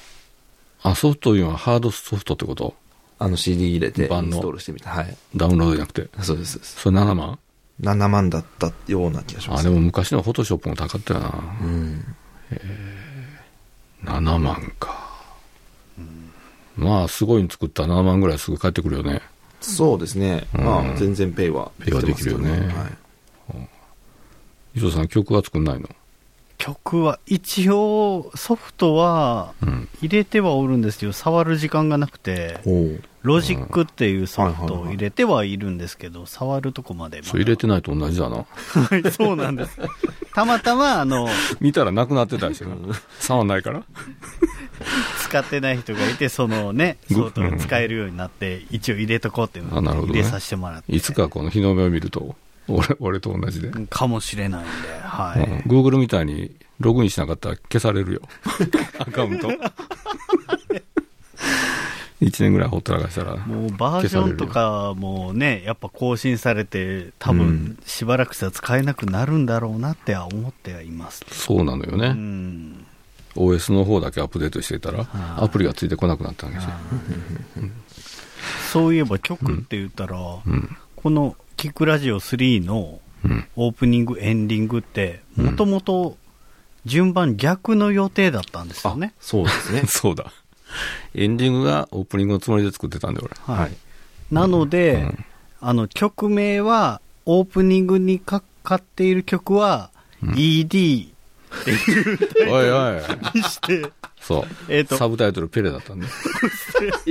B: あソフトいうのはハードソフトってこと
C: あの CD 入れてイン
B: 万能
C: ストールしてみたはい
B: ダウンロードじゃなくて
C: そうですそうです
B: それ7万
C: 7万だったような気がしま
B: あ
C: す
B: でも昔のフォトショップも高かったよな
C: うん
B: 7万か、まあすごいの作ったら7万ぐらいすぐ返ってくるよね
C: そうですね、
B: うん
C: まあ全然ペイは
B: ペイはできるよね
C: できてますけどはい、
B: 磯田さん曲は作んないの
D: 曲は一応ソフトは
B: うん
D: 入れてはおるんですけど触る時間がなくて
C: おう
D: ロジックっていうソフト
C: うん
D: を入れてはいるんですけど触るとこまでまだ
B: そう入れてないと同じだな
D: はい そうなんですたまたまあの
B: 見たらなくなってたりしてな触んないから
D: 使ってない人がいてそのね
B: ぐ
D: ソフトが使えるようになって一応入れとこうっていう
B: あ
D: の
B: なるほ
D: を
B: ど
D: 入
B: ね
D: れさせてもらって
B: いつかこの日の目を見ると俺俺と同じで、
D: かもしれないんでは
B: うん
D: い、、
B: Google みたいにログインしなかったら消されるよ アカウ ント1年ぐらいほったらかしたら
D: もうバージョンとかもね、やっぱ更新されて、多
C: う
D: 分
C: ん
D: しばらくしたら使えなくなるんだろうなっては思ってはいます。
B: そうなのよね、
D: うん
B: OS の方だけアップデートしてたらアプリがついてこなくなったんですよ
D: そういえば曲って言ったら、
B: うん
D: このキックラジオ3の
B: うん
D: オープニング、エンディングって、もともと順番逆の予定だったんですよね。
C: そうです ね
B: そうだエンディングがオープニングのつもりで作ってたんだよ俺
D: はい。なので、
B: うん
D: あの曲名は、オープニングにかかっている曲は、ED
B: おいおい。
D: にして、
B: そう。
D: えーと
B: サブタイトルペレだったんで。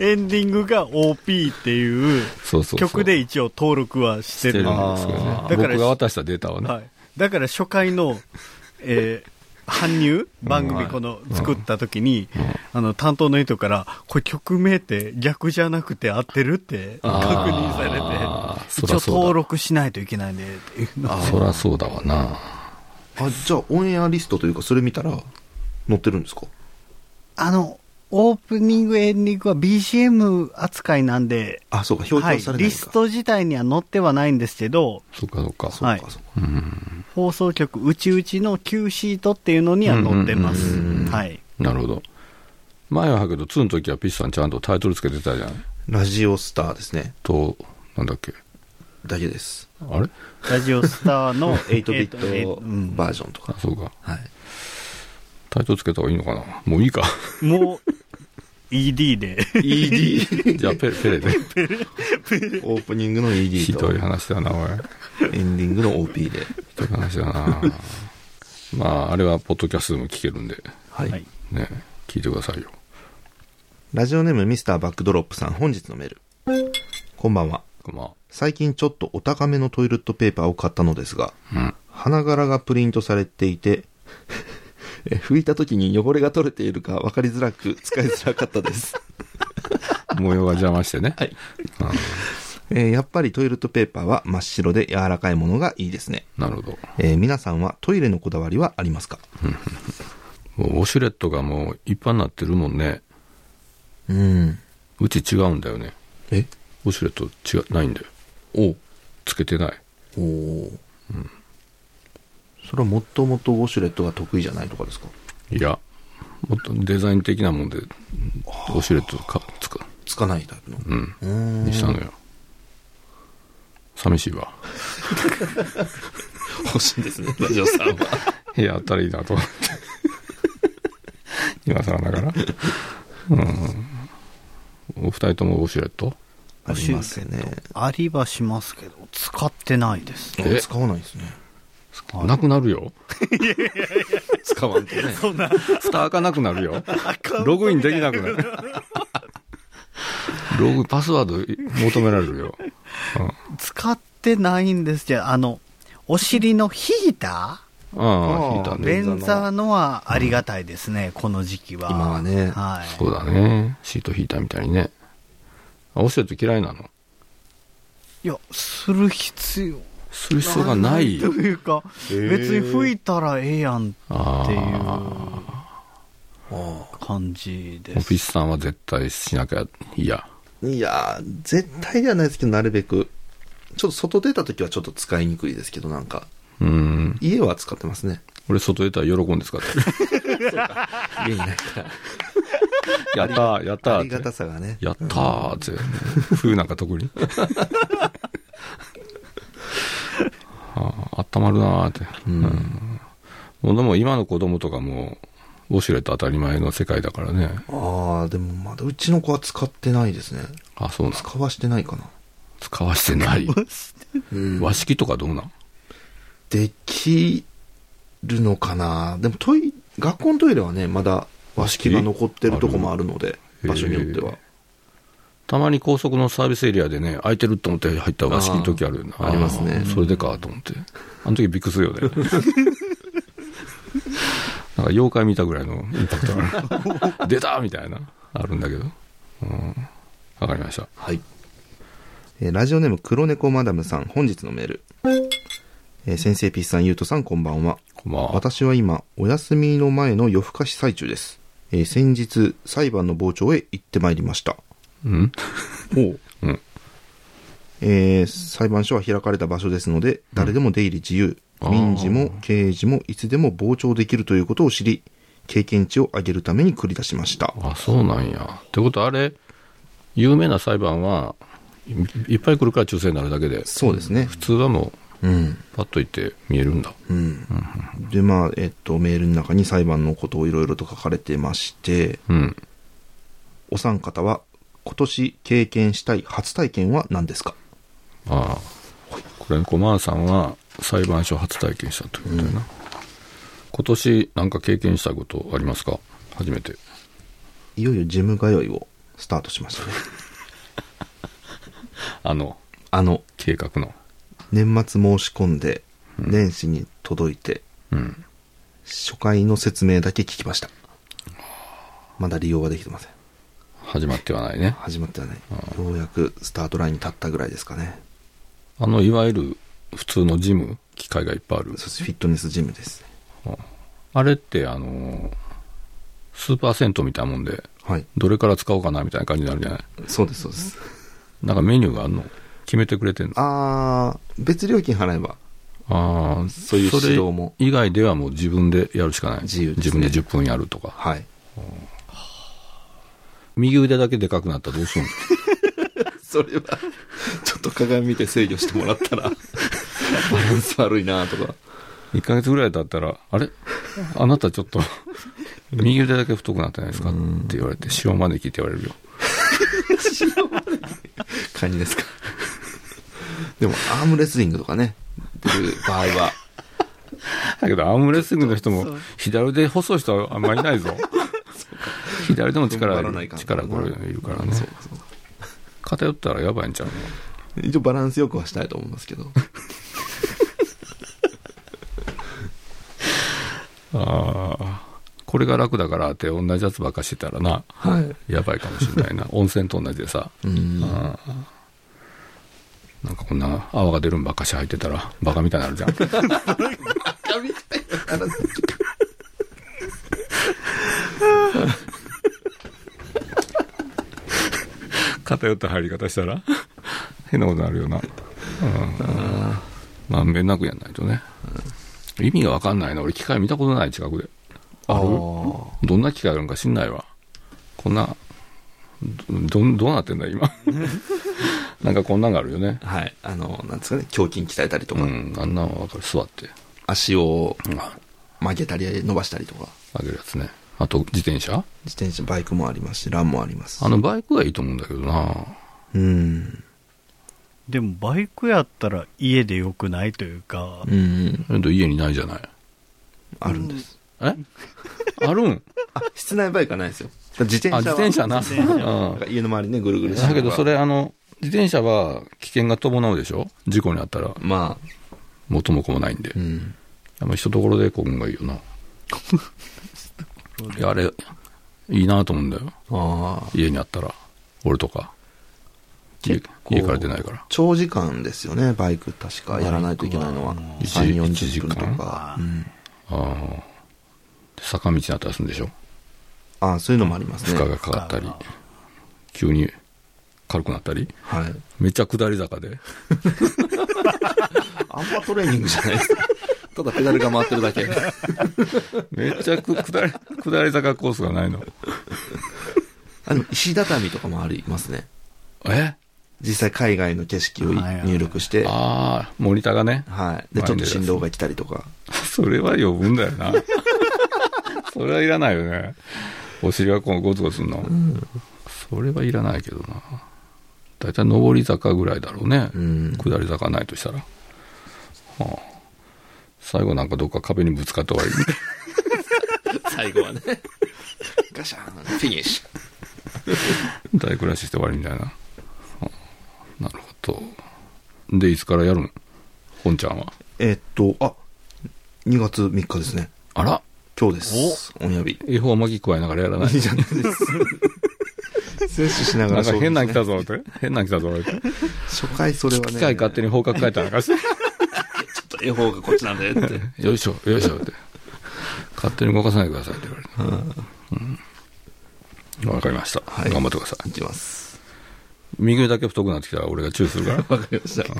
D: エンディングが OP っていう
B: そうそうそう。
D: 曲で一応登録はし
B: して
D: て
B: る
D: る
B: んですけどね
D: あ。ーだから
B: 僕が渡したデータはね。
D: はい、だから初回の、えー搬入番組この作った時に、あの担当の人からこれ曲名って逆じゃなくて合ってるって確認さ
B: あ
D: れ
B: ー
D: て
B: そ
D: 一
B: ら
D: 応
B: そうだ
D: 登録しないといけないんでっていうの
B: そらそうだわな。
C: あじゃあオンエアリストというかそれ見たら載ってるんですか
D: あのオープニングエンディングは BGM 扱いなんで
C: あそうか表示さ
D: は
C: れな
D: い、
C: い
D: リ
C: のか、
D: スト自体には載ってはないんですけど、
B: そっかそっか。
C: そう
D: はい
C: かそうか、
D: 放送局うちうちの Q シートっていうのには載ってます、はい
B: なるほど。前はだけど、2の時はピッチさんちゃんとタイトルつけてたじゃん。
C: ラジオスターですね
B: と、なんだっけ。
C: だけです
B: あれ
D: ラジオスターの
C: 8ビッ
D: えっ
C: ト
D: とうん
C: バージョンとか
B: あ、、そうか。
C: はい
B: タイトルつけた方がいいのかな。もういいか。
D: もう ED で
B: ED。じゃあ、ペレ、ペレで。
C: オープニングの
B: ひ
C: ED
B: ど
C: と
B: い話だな、おい。
C: エンディングの OP で。
B: ひどい話だな。まあ、あれは、ポッドキャストでも聞けるんで、
C: はい。
D: はい
B: ね、聞いてくださいよ。
C: ラジオネームミスターバックドロップさん、本日のメール。こんばんは。
B: ま
C: 最近ちょっとお高めのトイレットペーパーを買ったのですが、
B: あ、うん。
C: 花柄がプリントされていて、 え拭いた時に汚れが取れているか分かりづらく使いづらかったです。
B: 模様が邪魔してね。うん
C: えーやっぱりトイレットペーパーは真っ白で柔らかいものがいいですね。
B: なるほど。
C: えー皆さんはトイレのこだわりはありますか
B: もうウォシュレットがもう一般になってるもんね。
C: うん。
B: うち違うんだよね。
C: え
B: ウォシュレット違う、ないんだよ。
C: おう
B: つけてない。
C: おお、それはもともとウォシュレットが得意じゃないとかですか
B: いや、もっとデザイン的なもんで、ウォシュレットか、つく、
C: つかないタイプの。
B: うん、
C: うーん
B: にしたのよ。寂しいわ。
C: 欲しいです ね、ラジオさんは。
B: 部屋あったらいいなと思って。今更ながら。うん。お二人ともウォシュレット
C: ありますね。
D: ありはしますけど使ってないです
B: え
C: あ使わないですね。
B: なくなるよ。
C: 使わんと ね。
B: 蓋開かなくなるよ。ログインできなく なる。ログ、パスワード求められるよ。
D: 使ってないんですじゃああのお尻のヒータ
B: ああ、引いた
D: ー
B: ね。
D: 便座のはありがたいですね、この時期は
C: 今はね
D: はい
B: そうだね。シート引いたみたいにね。あ、オシュレット嫌いなの
D: いやする必要
B: する必要がない。
D: というか、別に吹いたらええやんってい
B: あ
D: う感じ
B: あ、
D: で
B: オフィ
D: す。
B: スさんは絶対しなきゃ嫌。
C: いやー、絶対ではないですけど、なるべく。ちょっと外出た時はちょっと使いにくいですけど、なんか。
B: うん。
C: 家は使ってますね。
B: 俺、外出たら喜んで使 ってる。
C: 家にないから。
B: やったー、やった
C: あり
B: ー
C: が
B: ったて。
C: さがね。
B: やったーって。冬なんか特に。 ああ、温まるなーって。
C: うん。
B: もうでも今の子供とかもう、ウォシュレット当たり前の世界だからね。
C: ああ、でもまだうちの子は使ってないですね。
B: あ、そうなん
C: 使わしてないかな。
B: 使わしてない。
C: うん
B: 和式とかどうなん
C: できるのかなでもトイ学校のトイレはねまだ和式が残ってるとこもあるので
B: え
C: 場所によっては、
B: たまに高速のサービスエリアでね、空いてると思って入った和式の時あるよな。
C: あーありますね
B: あーそれでかと思って。あの時びっくりするよね。 なんか妖怪見たぐらいのインパクトがある。出 たみたいな、あるんだけど。うん。わかりました。
C: はい、えーラジオネーム黒猫マダムさん本日のメール、えー先生ピースさんゆうとさんこんばんは
B: こんばんは。
C: 私は今お休みの前の夜更かし最中です、えー先日裁判の傍聴へ行ってまいりました
B: うん
C: お
B: うん。
C: えー裁判所は開かれた場所ですので、誰でも出入り自由、
B: あー
C: 民事も刑事もいつでも傍聴できるということを知り、経験値を上げるために繰り出しました。
B: あ、そうなんや。ってことはあれ、有名な裁判はいいっぱい来るから抽選になるだけで、
C: そうですね。
B: 普通はも
C: うん
B: う、。パッと行って見えるんだ。
C: うん。で、まあ、えっと、メールの中に裁判のことをいろいろと書かれてまして、
B: うん。
C: お三方は、今年経験したい初体験は何ですか
B: ああ。これ、コマンさんは裁判所初体験したということやな。今年なんか経験したことありますか初めて。
C: いよいよジム通いをスタートしましたね。
B: あの、
C: あの、
B: 計画の。
C: 年末申し込んで、年始に届いて、
B: うん。
C: 初回の説明だけ聞きましたまだ利用はできてません
B: 始まってはないね。
C: 始まってはないようやくスタートラインに立ったぐらいですかね
B: あの、いわゆる普通のジム、機械がいっぱいある
C: そ。してフィットネスジムです
B: あれって、あの、スーパー銭湯みたいなもんで、
C: はい
B: どれから使おうかなみたいな感じになるじゃない
C: そうですそうです
B: なんかメニューがあるの決めてくれてんのあ
C: あー別料金払えば
B: あー、
C: そういう指導も
B: それ以外ではもう自分でやるしかない。
C: 自由ですね
B: 自分で10分やるとか。
C: はい
B: 右腕だけでかくなったらどうするの
C: それは ちょっと鏡見て制御してもらった らバランス悪いなとか
B: ?1 ヶ月ぐらい経ったら、あれあなたちょっと右腕だけ太くなってないですかって言われて、塩まできって言われるよ。
C: 感じですか。でも、アームレスリングとかね、出る場合 は、
B: だけど、アームレスリングの人も、左腕細い人はあんまりいないぞ。左でも力
C: 踏ん張らない、かんから
B: 力
C: な
B: これいるからね。偏ったらやばいんちゃうの
C: 一応バランスよくはしたいと思い ますけど。
B: ああ、これが楽だからって同じやつばっかしてたらな、
C: はい。
B: やばいかもしれないな。温泉と同じでさ、
C: うん。
B: なんかこんな泡が出るんばっかし入ってたら、バカみたいになるじゃん。 偏った入り方したら、変なことになるよな。うん。まんべんなくやんないとね。意味がわかんないな。俺機械見たことない近くで。
C: あ
B: ある
C: ー
B: どんな機械あるんか知んないわ。こんな、ど、どどうなってんだ 今。なんかこんなんがあるよね。
C: はい。あの、なんですかね、胸筋鍛えたりと
B: う
C: か、
B: ん、あんなのわかる。座って、
C: 足を
B: うん
C: 曲げたり伸ばしたりとか、
B: 上げるやつね。あと、自転車
C: 自転車、バイクもありますし、ランもあります。
B: あの、バイクはいいと思うんだけどな。
C: うん。
D: でもバイクやったら家でよくないというか、
C: うん。
B: けど家にないじゃない。
C: あるんです。
B: えあるん
C: あ、室内バイクはないですよ。だから自転車
B: あ、
C: は。
B: 自転車な。
C: なん
B: う
C: か家の周りね、ぐるぐ
B: ん。
C: るして
B: だけど、そ
C: れ。
B: れ、あの、自転車は危険が伴うでしょ事故にあったら、
C: ま
B: 元も子もないんで
C: あ、う。ん。
B: あんま一ところでこぐんがいいよ な。いや、あれ、いいなと思うんだよ。
C: ああ。
B: 家にあったら。俺とか。家
C: 結構
B: 家から出ないから。
C: 長時間ですよね、バイク確かやらないといけないのは。
B: 一
C: 3、
B: 一時
C: 40
B: 間
C: 分とか。うん
B: ああ。で坂道にあったりするんでしょ
C: ああ、そういうのもあります
B: 負荷が
C: ね。
B: かかったり。急に軽くなったり。
C: はい。
B: めっちゃ下り坂で。
C: あんまトレーニングじゃないです。ただペダルが回ってるだけ。
B: めっちゃく下り、下り坂コースがないの。
C: あの、石畳とかもありますね。
B: え
C: 実際海外の景色を
D: はいはい
C: 入力して、は
B: ああ、モニターがね。
C: い。で、ちょっと振動が来たりとか。
B: それは余分だよな。 それはいらないよね。お尻がこうゴツゴツするの。それはいらないけどな。だいたい上り坂ぐらいだろうね。
C: うん。
B: 下り坂ないとしたら。はあ、最後なんかどっか壁にぶつかって終わり。
C: 最後はね。 ガシャン、フィニッシュ。
B: 大暮らしして終わりみたいな。はあなるほど。で、いつからやるん本ちゃんは。
C: えっと、あ、2月3日ですね。
B: あら
C: 今日です。おやび。
B: 恵方巻き加えながらやらない
C: いい。じゃないです。摂取しな
B: な
C: がら
B: んか変な
C: そ
B: ん来
C: うですね
B: たぞって。変なの来たぞ って。
C: 初回それはね。
B: 機械勝手に方角変えたらかして。
C: ちょっと絵方がこっちなん だよって。
B: よいしょ、よいしょって。勝手に動かさないでくださいって言われて。うんわかりました。
C: はい
B: 頑張ってください。
C: いきます。
B: 右腕だけ太くなってきたら俺がチューするから。
C: わかりました。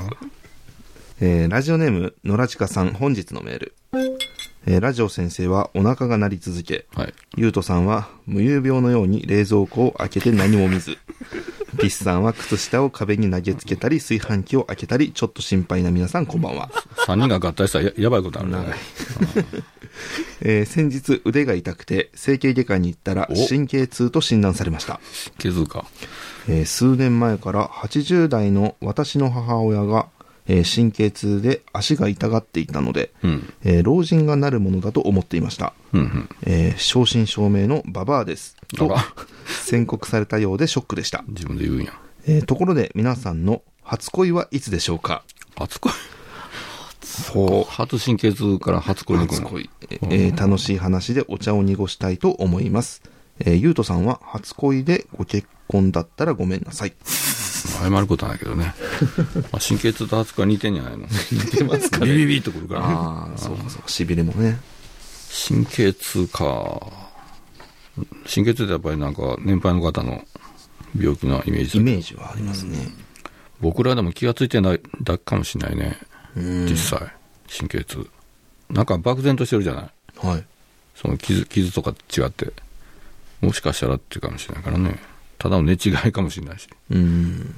C: えーラジオネーム、野良ちかさん、本日のメール。えーラジオ先生はお腹が鳴り続け、
B: はい。
C: ゆうとさんは無遊病のように冷蔵庫を開けて何も見 ず、ピスさんは靴下を壁に投げつけたり、炊飯器を開けたり、ちょっと心配な皆さん、こんばん は。
B: 三人が合体したらややばいことあるんだね。
C: えー先日腕が痛くて、整形外科に行ったら、神経痛と診断されました。
B: 気づか。
C: えー数年前から80代の私の母親が、えー神経痛で足が痛がっていたので、
B: うん。
C: えー老人がなるものだと思っていました、
B: うんうん。
C: えー正真正銘のババアですと
B: あら
C: 宣告されたようでショックでした、
B: 自分で言うんや。
C: えーところで皆さんの初恋はいつでしょうか
B: 初恋。そう。初神経痛から初恋に行く
C: 初
B: の。
C: 恋、えー楽しい話でお茶を濁したいと思います、えー、ゆうとさんは初恋でご結婚だったらごめんなさい
B: 謝ることはないけど ね。まあ神経痛と初恋は似てんじゃないの似てますかね。 ビビビってくるからね。
C: ああ そうかそうかしびれもね
B: 神経痛か。神経痛ってやっぱりなんか年配の方の病気のイメージ
C: イ
B: だ
C: メージはありますね、
B: 僕らでも気がついてないだけかもしれないね。実際。神経痛。なんか漠然としてるじゃない
C: はい
B: その傷、傷とか違って。もしかしたらっていうかもしれないからね。ただの寝違いかもしれないし。
C: うん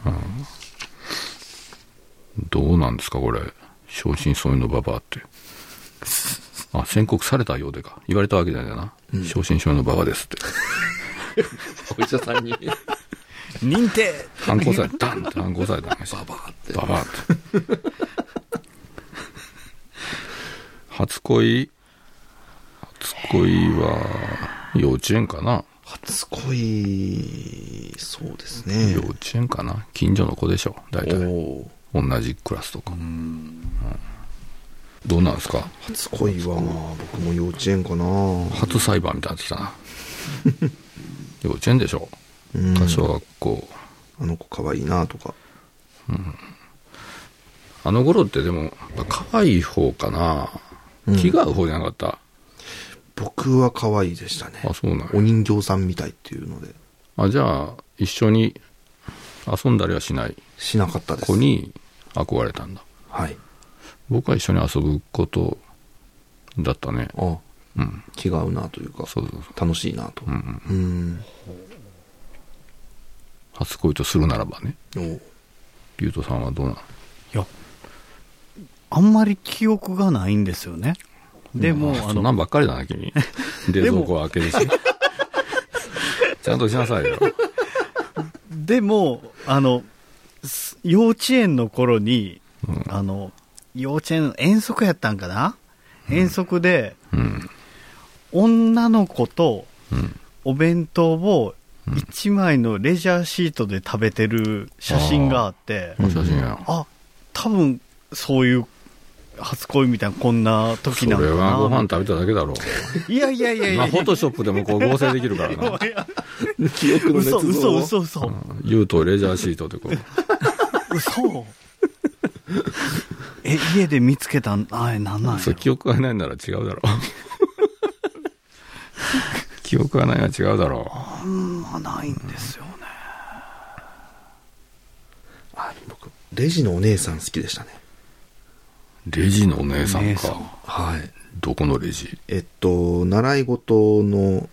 B: どうなんですかこれ。正真正銘のババアって。あ、宣告されたようでか。言われたわけじゃないな。正真正銘のババですって。
C: お医者さんに。
D: 認定
B: 反 抗され、ダンって反抗されたんです。ババって。ババって。初恋初恋は、幼稚園かな
C: 初恋、そうですね
B: 幼。稚園かな近所の子でしょ大
C: お
B: 体。
C: お
B: 同じクラスとか。うんどうなんですか
C: 初恋はまあ、僕も幼稚園かな。
B: 初裁判みたいになってきたな。 幼稚園でしょ
C: うん
B: 小学校。
C: あの子可愛いなとか。
B: あの頃ってでも、可愛い方かな、気が合う方じゃなかった。
C: 僕は可愛いでしたね。
B: あ、そうなんや
C: お人形さんみたいっていうので、
B: あ、じゃあ、一緒に遊んだりはしない
C: しなかったです。
B: 子に憧れたんだ。
C: はい。
B: 僕は一緒に遊ぶことだったね。
C: ああ
B: うん。
C: 気が合うなというか、
B: そうそうそう。
C: 楽しいなと。
B: うん、
C: うん。
B: 初恋とするならばね。
C: おう
B: ゆうとさんはどうなの
D: いや、あんまり記憶がないんですよね。でも、
B: あそ
D: あ
B: んな
D: の、
B: んばっかりだな、君。冷蔵庫を開けるし。ちゃんとしなさいよ。
D: でも、あの、す幼稚園の頃に、あの、幼稚園、遠足やったんかな、遠足で、
B: うん。
D: 女の子と
B: うん。
D: お弁当を1枚のレジャーシートで食べてる写真があって、
B: お写真や。
D: あ、多分、そういう、初恋みたいな、こんな
B: そ
D: 時
B: れ
D: なのかな。
B: はご飯食べただけだろう。
D: いやいやいやい
B: ま
D: や
B: あ、フォトショップでもこう合成できるから な。
D: いや
C: 記憶の捏造
D: 嘘、嘘、嘘、嘘。
B: 言うとレジャーシートでこう。
D: 嘘え家で見つけたんあれなんなんや
B: そう、記憶がないなら違うだろう。記憶がないなら違うだろ
D: あんまないんですよね
C: あ僕、レジのお姉さん好きでしたね。
B: う。レジのお姉さん
D: 姉さ
B: か
D: ん。
C: はい。
B: どこのレジ
C: えっと、習い事の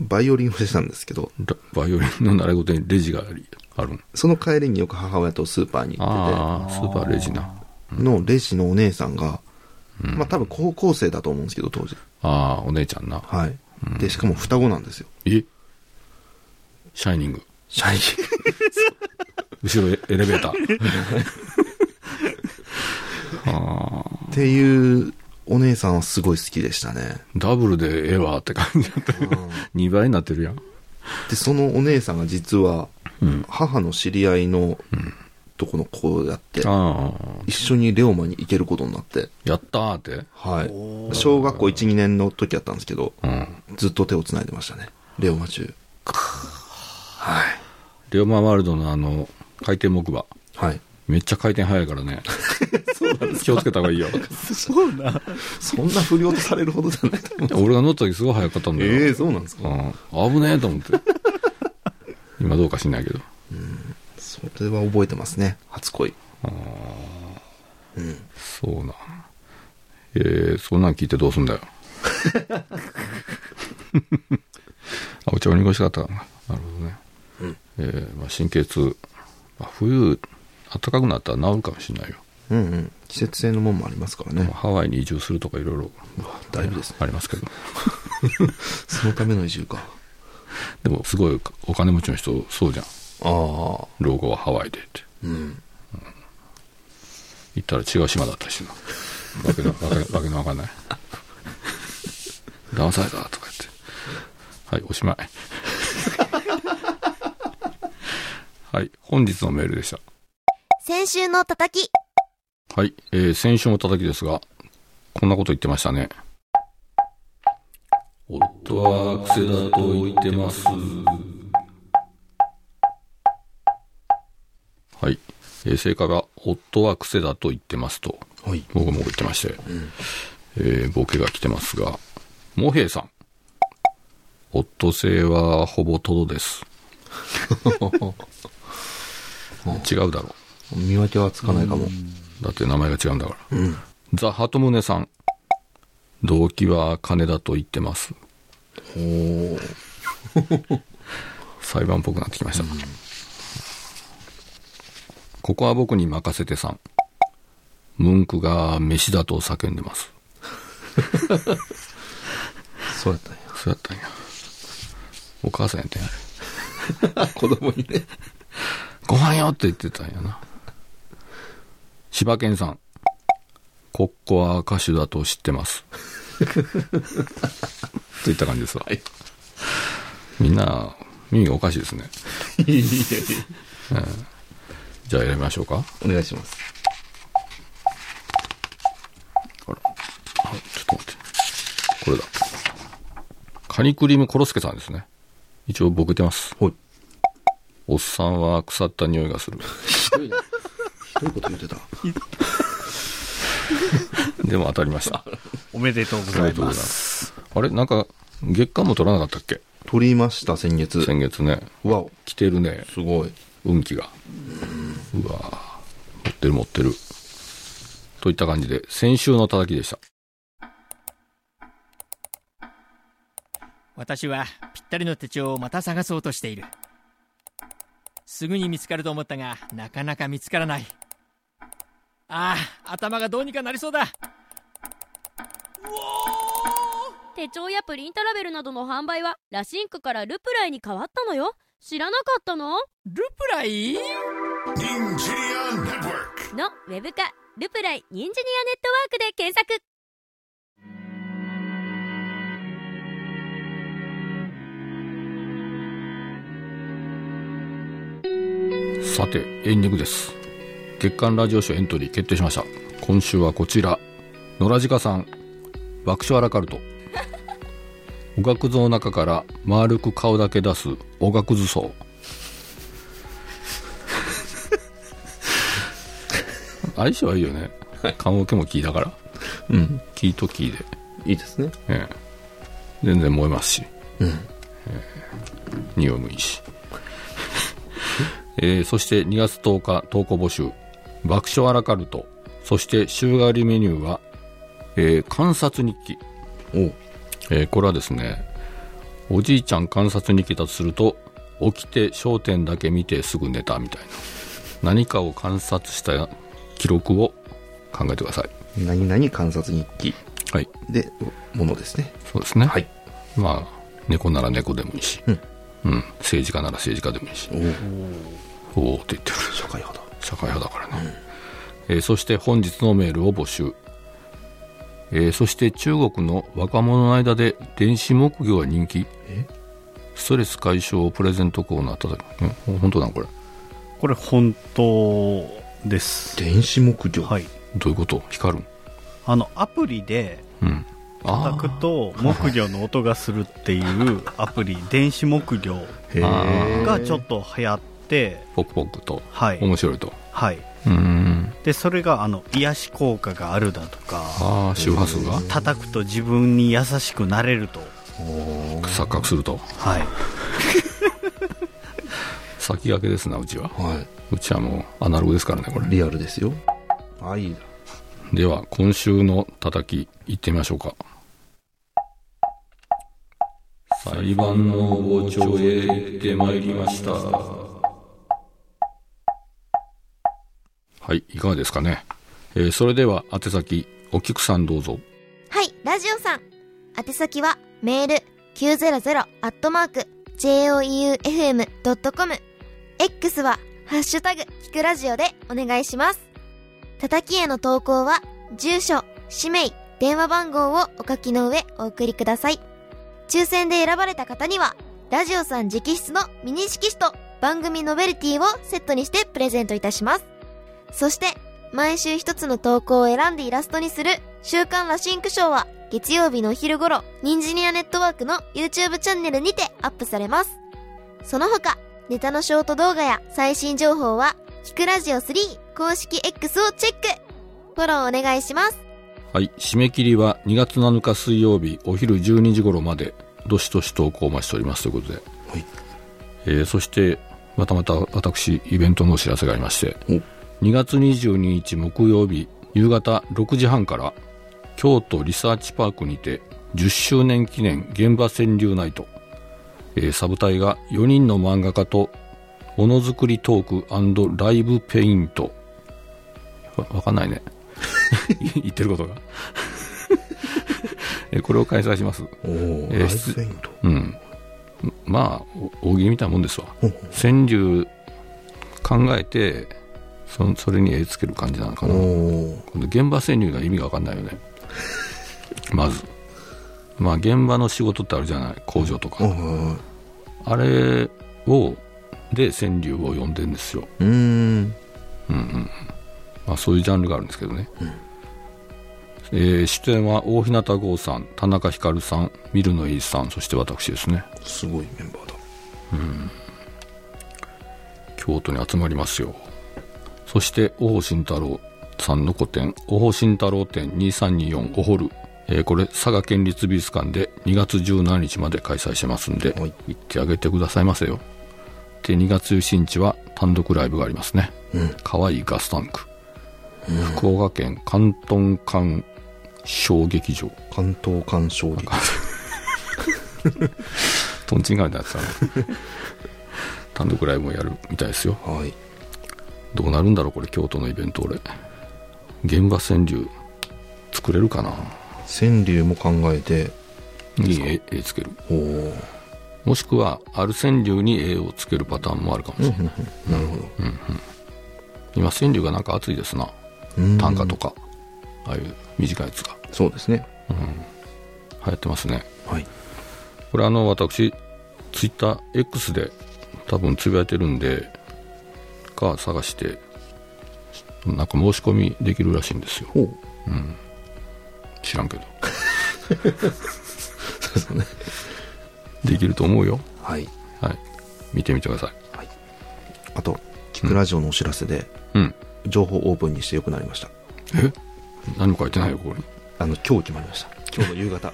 C: バイオリンをしてたんですけど、
B: ラバイオリンの習い事にレジがありあるん
C: その帰りによく母親とスーパーに行
B: ああ、スーパーレジな。
C: ってて、のレジのお姉さんが、まあ多分高校生だと思うんですけど、当時。
B: ああ、お姉ちゃんな。
C: はい。で、しかも双子なんですよ。
B: えシャイニング。
C: シ ャイニ
B: 後ろエエレベータ ー。ああ、
C: ングっていうお姉さんはすごい好きでしたね。
B: ダブルでええわって感じだった。2倍になってるやん。
C: で、そのお姉さんが実は
B: うん、
C: 母の知り合いのとこの子やって、
B: ああ、
C: 一緒にレオマに行けることになって、
B: やったーって。
C: はい。小学校1、2年の時やったんですけど、
B: うん。
C: ずっと手を繋いでましたね。レオマ中。はい。
B: レオマワールドのあの、回転木馬。
C: はい。
B: めっちゃ回転速いから ね。気をつけた方がいいよ。
D: そうな
C: そんな不良とされるほどじゃないと思う。
B: 俺が乗った時すごい速かったんだよ。
C: ええそうなんですか
B: うん。危ねえと思って。今どうかしないけど。
C: それは覚えてますね。初恋。
B: そうなん。えー、そんなん聞いてどうすん だよ。あ、お茶お濁しかったな。なるほどね。えーまあ、神経痛。まあ、冬、暖かくなったら治るかもしれないよ。
C: うんうん。季節性のもんもありますからね
B: まあ。ハワイに移住するとかいろいろ
C: だいぶですね。
B: ありますけど。
C: そのための移住か。
B: でもすごいお金持ちの人そうじゃん。
C: ああ。
B: 老後はハワイでって。
C: うん。
B: 行ったら違う島だったりしてな。わけの、わけわけのわかんない。騙されたとか言って。はい、おしまい。はい、本日のメールでした。
F: 先週の叩き
B: はい、えー、先週も叩きですが、こんなこと言ってましたね。夫は癖だと言ってます。はい、えー正解は、夫は癖だと言ってますと、
C: はい。
B: もごもご言ってまして、えーボケが来てますが、モヘイさん。夫性はほぼトドです。違うだろ
C: 見分けはつかないかも。
B: う。だって名前が違うんだから。
C: うん。
B: ザ・ハトムネさん。動機は金だと言ってます。
C: おお。
B: 裁判っぽくなってきました。ここは僕に任せてさん。文句が飯だと叫んでます。
C: そうやったんや。
B: そうやったんや。お母さんやったんや。あれ
C: 子供にね。
B: ご飯よって言ってたんやな。柴犬さん。コッコは歌手だと知ってます。といった感じですわ。みんな、耳がおかしいですね。うんじゃあ選びましょうか。
C: お願いします。
B: あら。あちょっと待って。これだ。カニクリームコロスケさんですね。一応僕出ます。
C: ほい。
B: おっさんは腐った匂いがする。
C: どういうこと言ってた
B: でも当たりま した。
D: おめでとうご
B: あり
D: ざ
B: が
D: い
B: とう
D: ま。
B: ございますす。あれなんか、月間も取らなかったっけ
C: 取りました、先月。
B: 先月ね。
C: わお、
B: 来てるね。
C: すごい。
B: 運気が。うわぁ持ってる持ってる。といった感じで、先週の叩きでした。
E: 私はぴったりの手帳をまた探そうとしているすぐに見つかると思ったがなかなか見つからないああ頭がどうにかなりそうだ
G: 手帳やプリントラベルなどの販売はラシンクからルプライに変わったのよ知らなかったの
E: ルプライ
H: Ninjiria Network.
G: のウェブ化ルプライニンジニアネットワークで検索
B: さて、エンディングです。月間ラジオショーエントリー決定しました。今週はこちら。野良鹿さん、爆笑アラカルト。おがくずの中から丸く顔だけ出すおがくず層。相性はいいよね。棺桶も木だから。
C: うん。
B: 木と木で。
C: いいですね。
B: ええ全然燃えますし、
C: うん
B: ええ匂いもいいし、 ええそして2月10日投稿募集爆笑アラカルトそして週替わりメニューは、ええ観察日記、
C: おう
B: ええこれはですねおじいちゃん観察日記だとすると起きて焦点だけ見てすぐ寝たみたいな何かを観察した記録を考えてください
C: 何々観察日記
B: はい
C: で、ものですね。
B: そうですね。
C: はい
B: まあ、猫なら猫でもいいし、
C: うん
B: うん。政治家なら政治家でもいいし、
C: おお、
B: おおって言ってる。
C: 社会派だ。
B: 社会派だからね。えーそして本日のメールを募集。えーそして中国の若者の間で電子木魚が人気。ストレス解消プレゼントコーナーただ、うん、本当なんこれ。
D: これ本当です。
C: 電子木魚。
D: はい。
B: どういうこと光るん
D: あの、アプリで、
B: うん。あ
D: 叩くと木魚の音がするっていうアプリ、電子木魚
C: へえ。
D: がちょっと流行って、
B: ポクポクと、
D: はい。
B: 面白いと。
D: はい。
B: うん。
D: で、それが、あの、癒し効果があるだとか、
B: ああ、周波数が
D: 叩くと自分に優しくなれると。
B: 錯覚すると。
D: はい。
B: 先駆けですな、うちは。
C: は
B: うちはもうアナログですからねこ
C: い。
B: れ
C: リアルですよ。あ、いいだ。
B: では今週の叩きいってみましょうか裁判の傍聴へ行ってまいりましたはいいかがですかね、えーそれでは宛先お菊さんどうぞ
F: はい、ラジオさん。宛先は、メール、900-joeufm.com。X は、ハッシュタグ、聞くラジオでお願いします。叩きへの投稿は、住所、氏名、電話番号をお書きの上お送りください。抽選で選ばれた方には、ラジオさん直筆のミニ色紙と番組ノベルティをセットにしてプレゼントいたします。そして、毎週一つの投稿を選んでイラストにする週刊ラシンク賞は月曜日のお昼頃、ニンジニアネットワークの YouTube チャンネルにてアップされます。その他、ネタのショート動画や最新情報は、キクラジオ3公式 X をチェックフォローお願いします。
B: はい締め切りは2月7日水曜日お昼12時頃までどしどし投稿をお待ちしておりますということで、
C: はい
B: えーそしてまたまた私イベントのお知らせがありまして2月22日木曜日夕方6時半から京都リサーチパークにて10周年記念現場川柳ナイト、えーサブ隊が4人の漫画家とものづくりトークライブペイント わわかんないね言ってることがえーこれを開催します。
C: おお、
B: えー
C: ライフペイント。
B: うん。まあ、お大喜利みたいなもんですわ。
C: ほうほう
B: 川柳考えて、そそれに絵つける感じなのかな。
C: おー
B: この現場潜入が意味が分かんないよね まずまあ現場の仕事ってあるじゃない工場と
C: お
B: か
C: ー。
B: あれをで川柳を呼んでんですよ、
C: うーん。
B: まあ、そういうジャンルがあるんですけどね、えー出演は大日向剛さん田中ひかるさんミルノイさんそして私ですね
C: すごいメンバーだ。
B: 京都に集まりますよそして大保慎太郎さんの個展大保慎太郎展2324おほる、えーこれ佐賀県立美術館で2月17日まで開催してますんで、
C: はい
B: 行ってあげてくださいませよで2月17日は単独ライブがありますね、かわいいガスタンク、福岡県関東館小劇 場
C: 関東鑑賞劇。
B: とんちんがいだってたね単独ライブもやるみたいですよ
C: はい。
B: どうなるんだろうこれ京都のイベント俺現場川柳作れるかな
C: 川柳も考えて、
B: いい絵絵つける
C: おお。
B: もしくはある川柳に絵をつけるパターンもあるかもしれない、
C: なるほど。
B: 今川柳がなんか熱いですな
C: うん
B: 短歌とかああいう短いやつが
C: そうですね。
B: 流行ってますね
C: はい。
B: これあの私ツイッター X で多分つぶやいてるんでか探してなんか申し込みできるらしいんですよ
C: ほう。
B: 知らんけど
C: そうですね。
B: できると思うよ
C: はい。
B: はい見てみてください
C: あと、キクラジオのお知らせで、
B: うん
C: 情報オープンにしてよくなりました。
B: え何も書いてないよここに
C: あの、今日決まりました。今日の 夕方。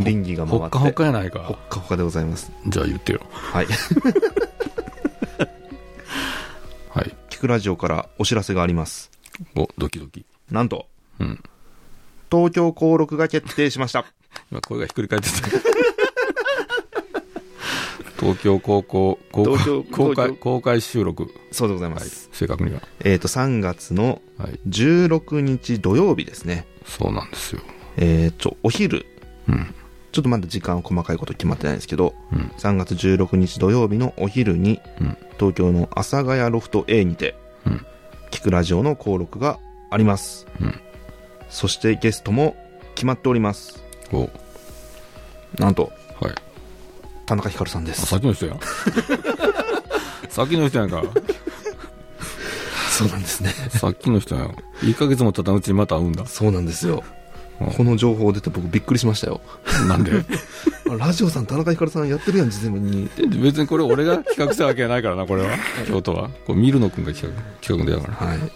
C: 倫理が回っ
B: ほ
C: て。
B: っかほっかやない
C: ほ
B: か
C: っかほかでございます。
B: じゃあ言ってよ
C: はい。
B: はい
C: キクラジオからお知らせがあります。
B: おドキドキ
C: なんと、
B: うん
C: 東京登録が決定しました。
B: 今声がひっくり返って た東京高校 公
C: 東京
B: 開公
C: 東
B: 開
C: 京
B: 公開収録、
C: そうでございま
B: はい
C: す。、
B: 正確には
C: えっ、と、3月の
B: はい
C: 16日土曜日ですね。
B: そうなんですよ
C: えっ、と、お昼、
B: うん
C: ちょっとまだ時間は細かいこと決まってないんですけど、
B: うん
C: 3月16日土曜日のお昼に、
B: うん
C: 東京の阿佐ヶ谷ロフト A にて、
B: うん
C: キクラジオの登録があります。
B: うん
C: そしてゲストも決まっております。
B: お
C: なんと、
B: はい
C: 田中ひかるさんで
B: あ
C: す。
B: 先の 人やん先の人やんか
C: そうなんですね。
B: さっきの人やん1ヶ月も経たんうちにまた会うんだ
C: そうなんですよ。
B: うん
C: この情報出て僕びっくりしましたよ。
B: なん で
C: あラジオさん、田中ひかるさんやってるやん、事前に。
B: 別にこれ俺が企画したわけやないからなこれは京都はこれミルノ君が企画企画でやから
C: はい。まあ、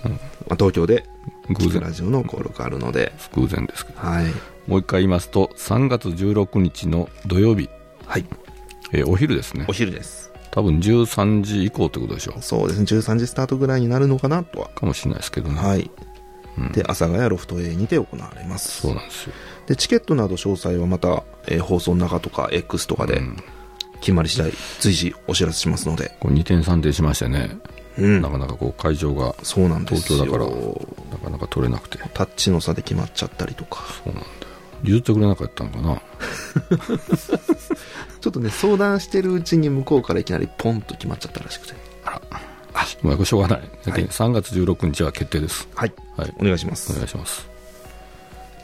C: 東京で、キ
B: 偶
C: ク
B: 然
C: ラジオの登録あるので、
B: 偶然ですけど
C: はい。
B: もう一回言いますと3月16日の土曜日、
C: はい。
B: えーお昼ですね
C: お昼です。
B: 多分13時以降ってことでしょう
C: そうですね、13時スタートぐらいになるのかなとは。
B: かもしれないですけどね、
C: はい。
B: うん
C: で、阿佐ヶ谷ロフト A にて行われます。
B: そうなんですよ
C: で、チケットなど詳細はまた、えー放送の中とか X とかで、決まり次第随時お知らせしますので。
B: これ2点3点しましてね、
C: うん
B: な。かなかこう会場が
C: そうなんですよ。
B: 東京だからなかなか取れなくて
C: タッチの差で決まっちゃったりとか。
B: そうなんだよ譲ってくれなかったのかな
C: ちょっとね、相談してるうちに向こうからいきなりポンと決まっちゃったらしくて。
B: まあこれしょうがない、だけ
C: はい
B: ど3月16日は決定です
C: はい。
B: はい
C: お願いします
B: お。願いします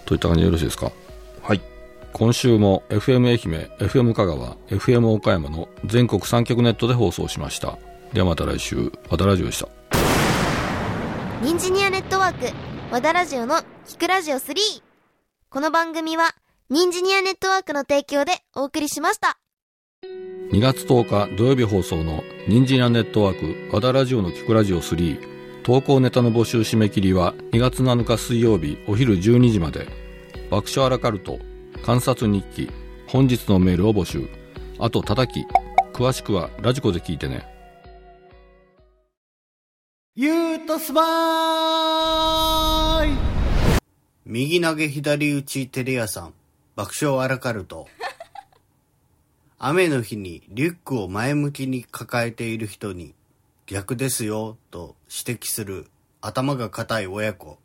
B: といった感じでよろしいですか
C: はい。
B: 今週も FM 愛媛 FM 香川 FM 岡山の全国3局ネットで放送しましたではまた来週またラジオでした
F: ニンジニアネットワーク和田ラジオの聞くラジオ3この番組はニンジニアネットワークの提供でお送りしました
B: 2月10日土曜日放送の「ニンジニアネットワーク和田ラジオの聞くラジオ3」投稿ネタの募集締め切りは2月7日水曜日お昼12時まで爆笑アラカルト観察日記本日のメールを募集あと叩き詳しくはラジコで聞いてね
D: ゆうとスマイル右投げ左打ちテレ屋さん爆笑アラカルト 雨の日にリュックを前向きに抱えている人に逆ですよと指摘する頭が固い親子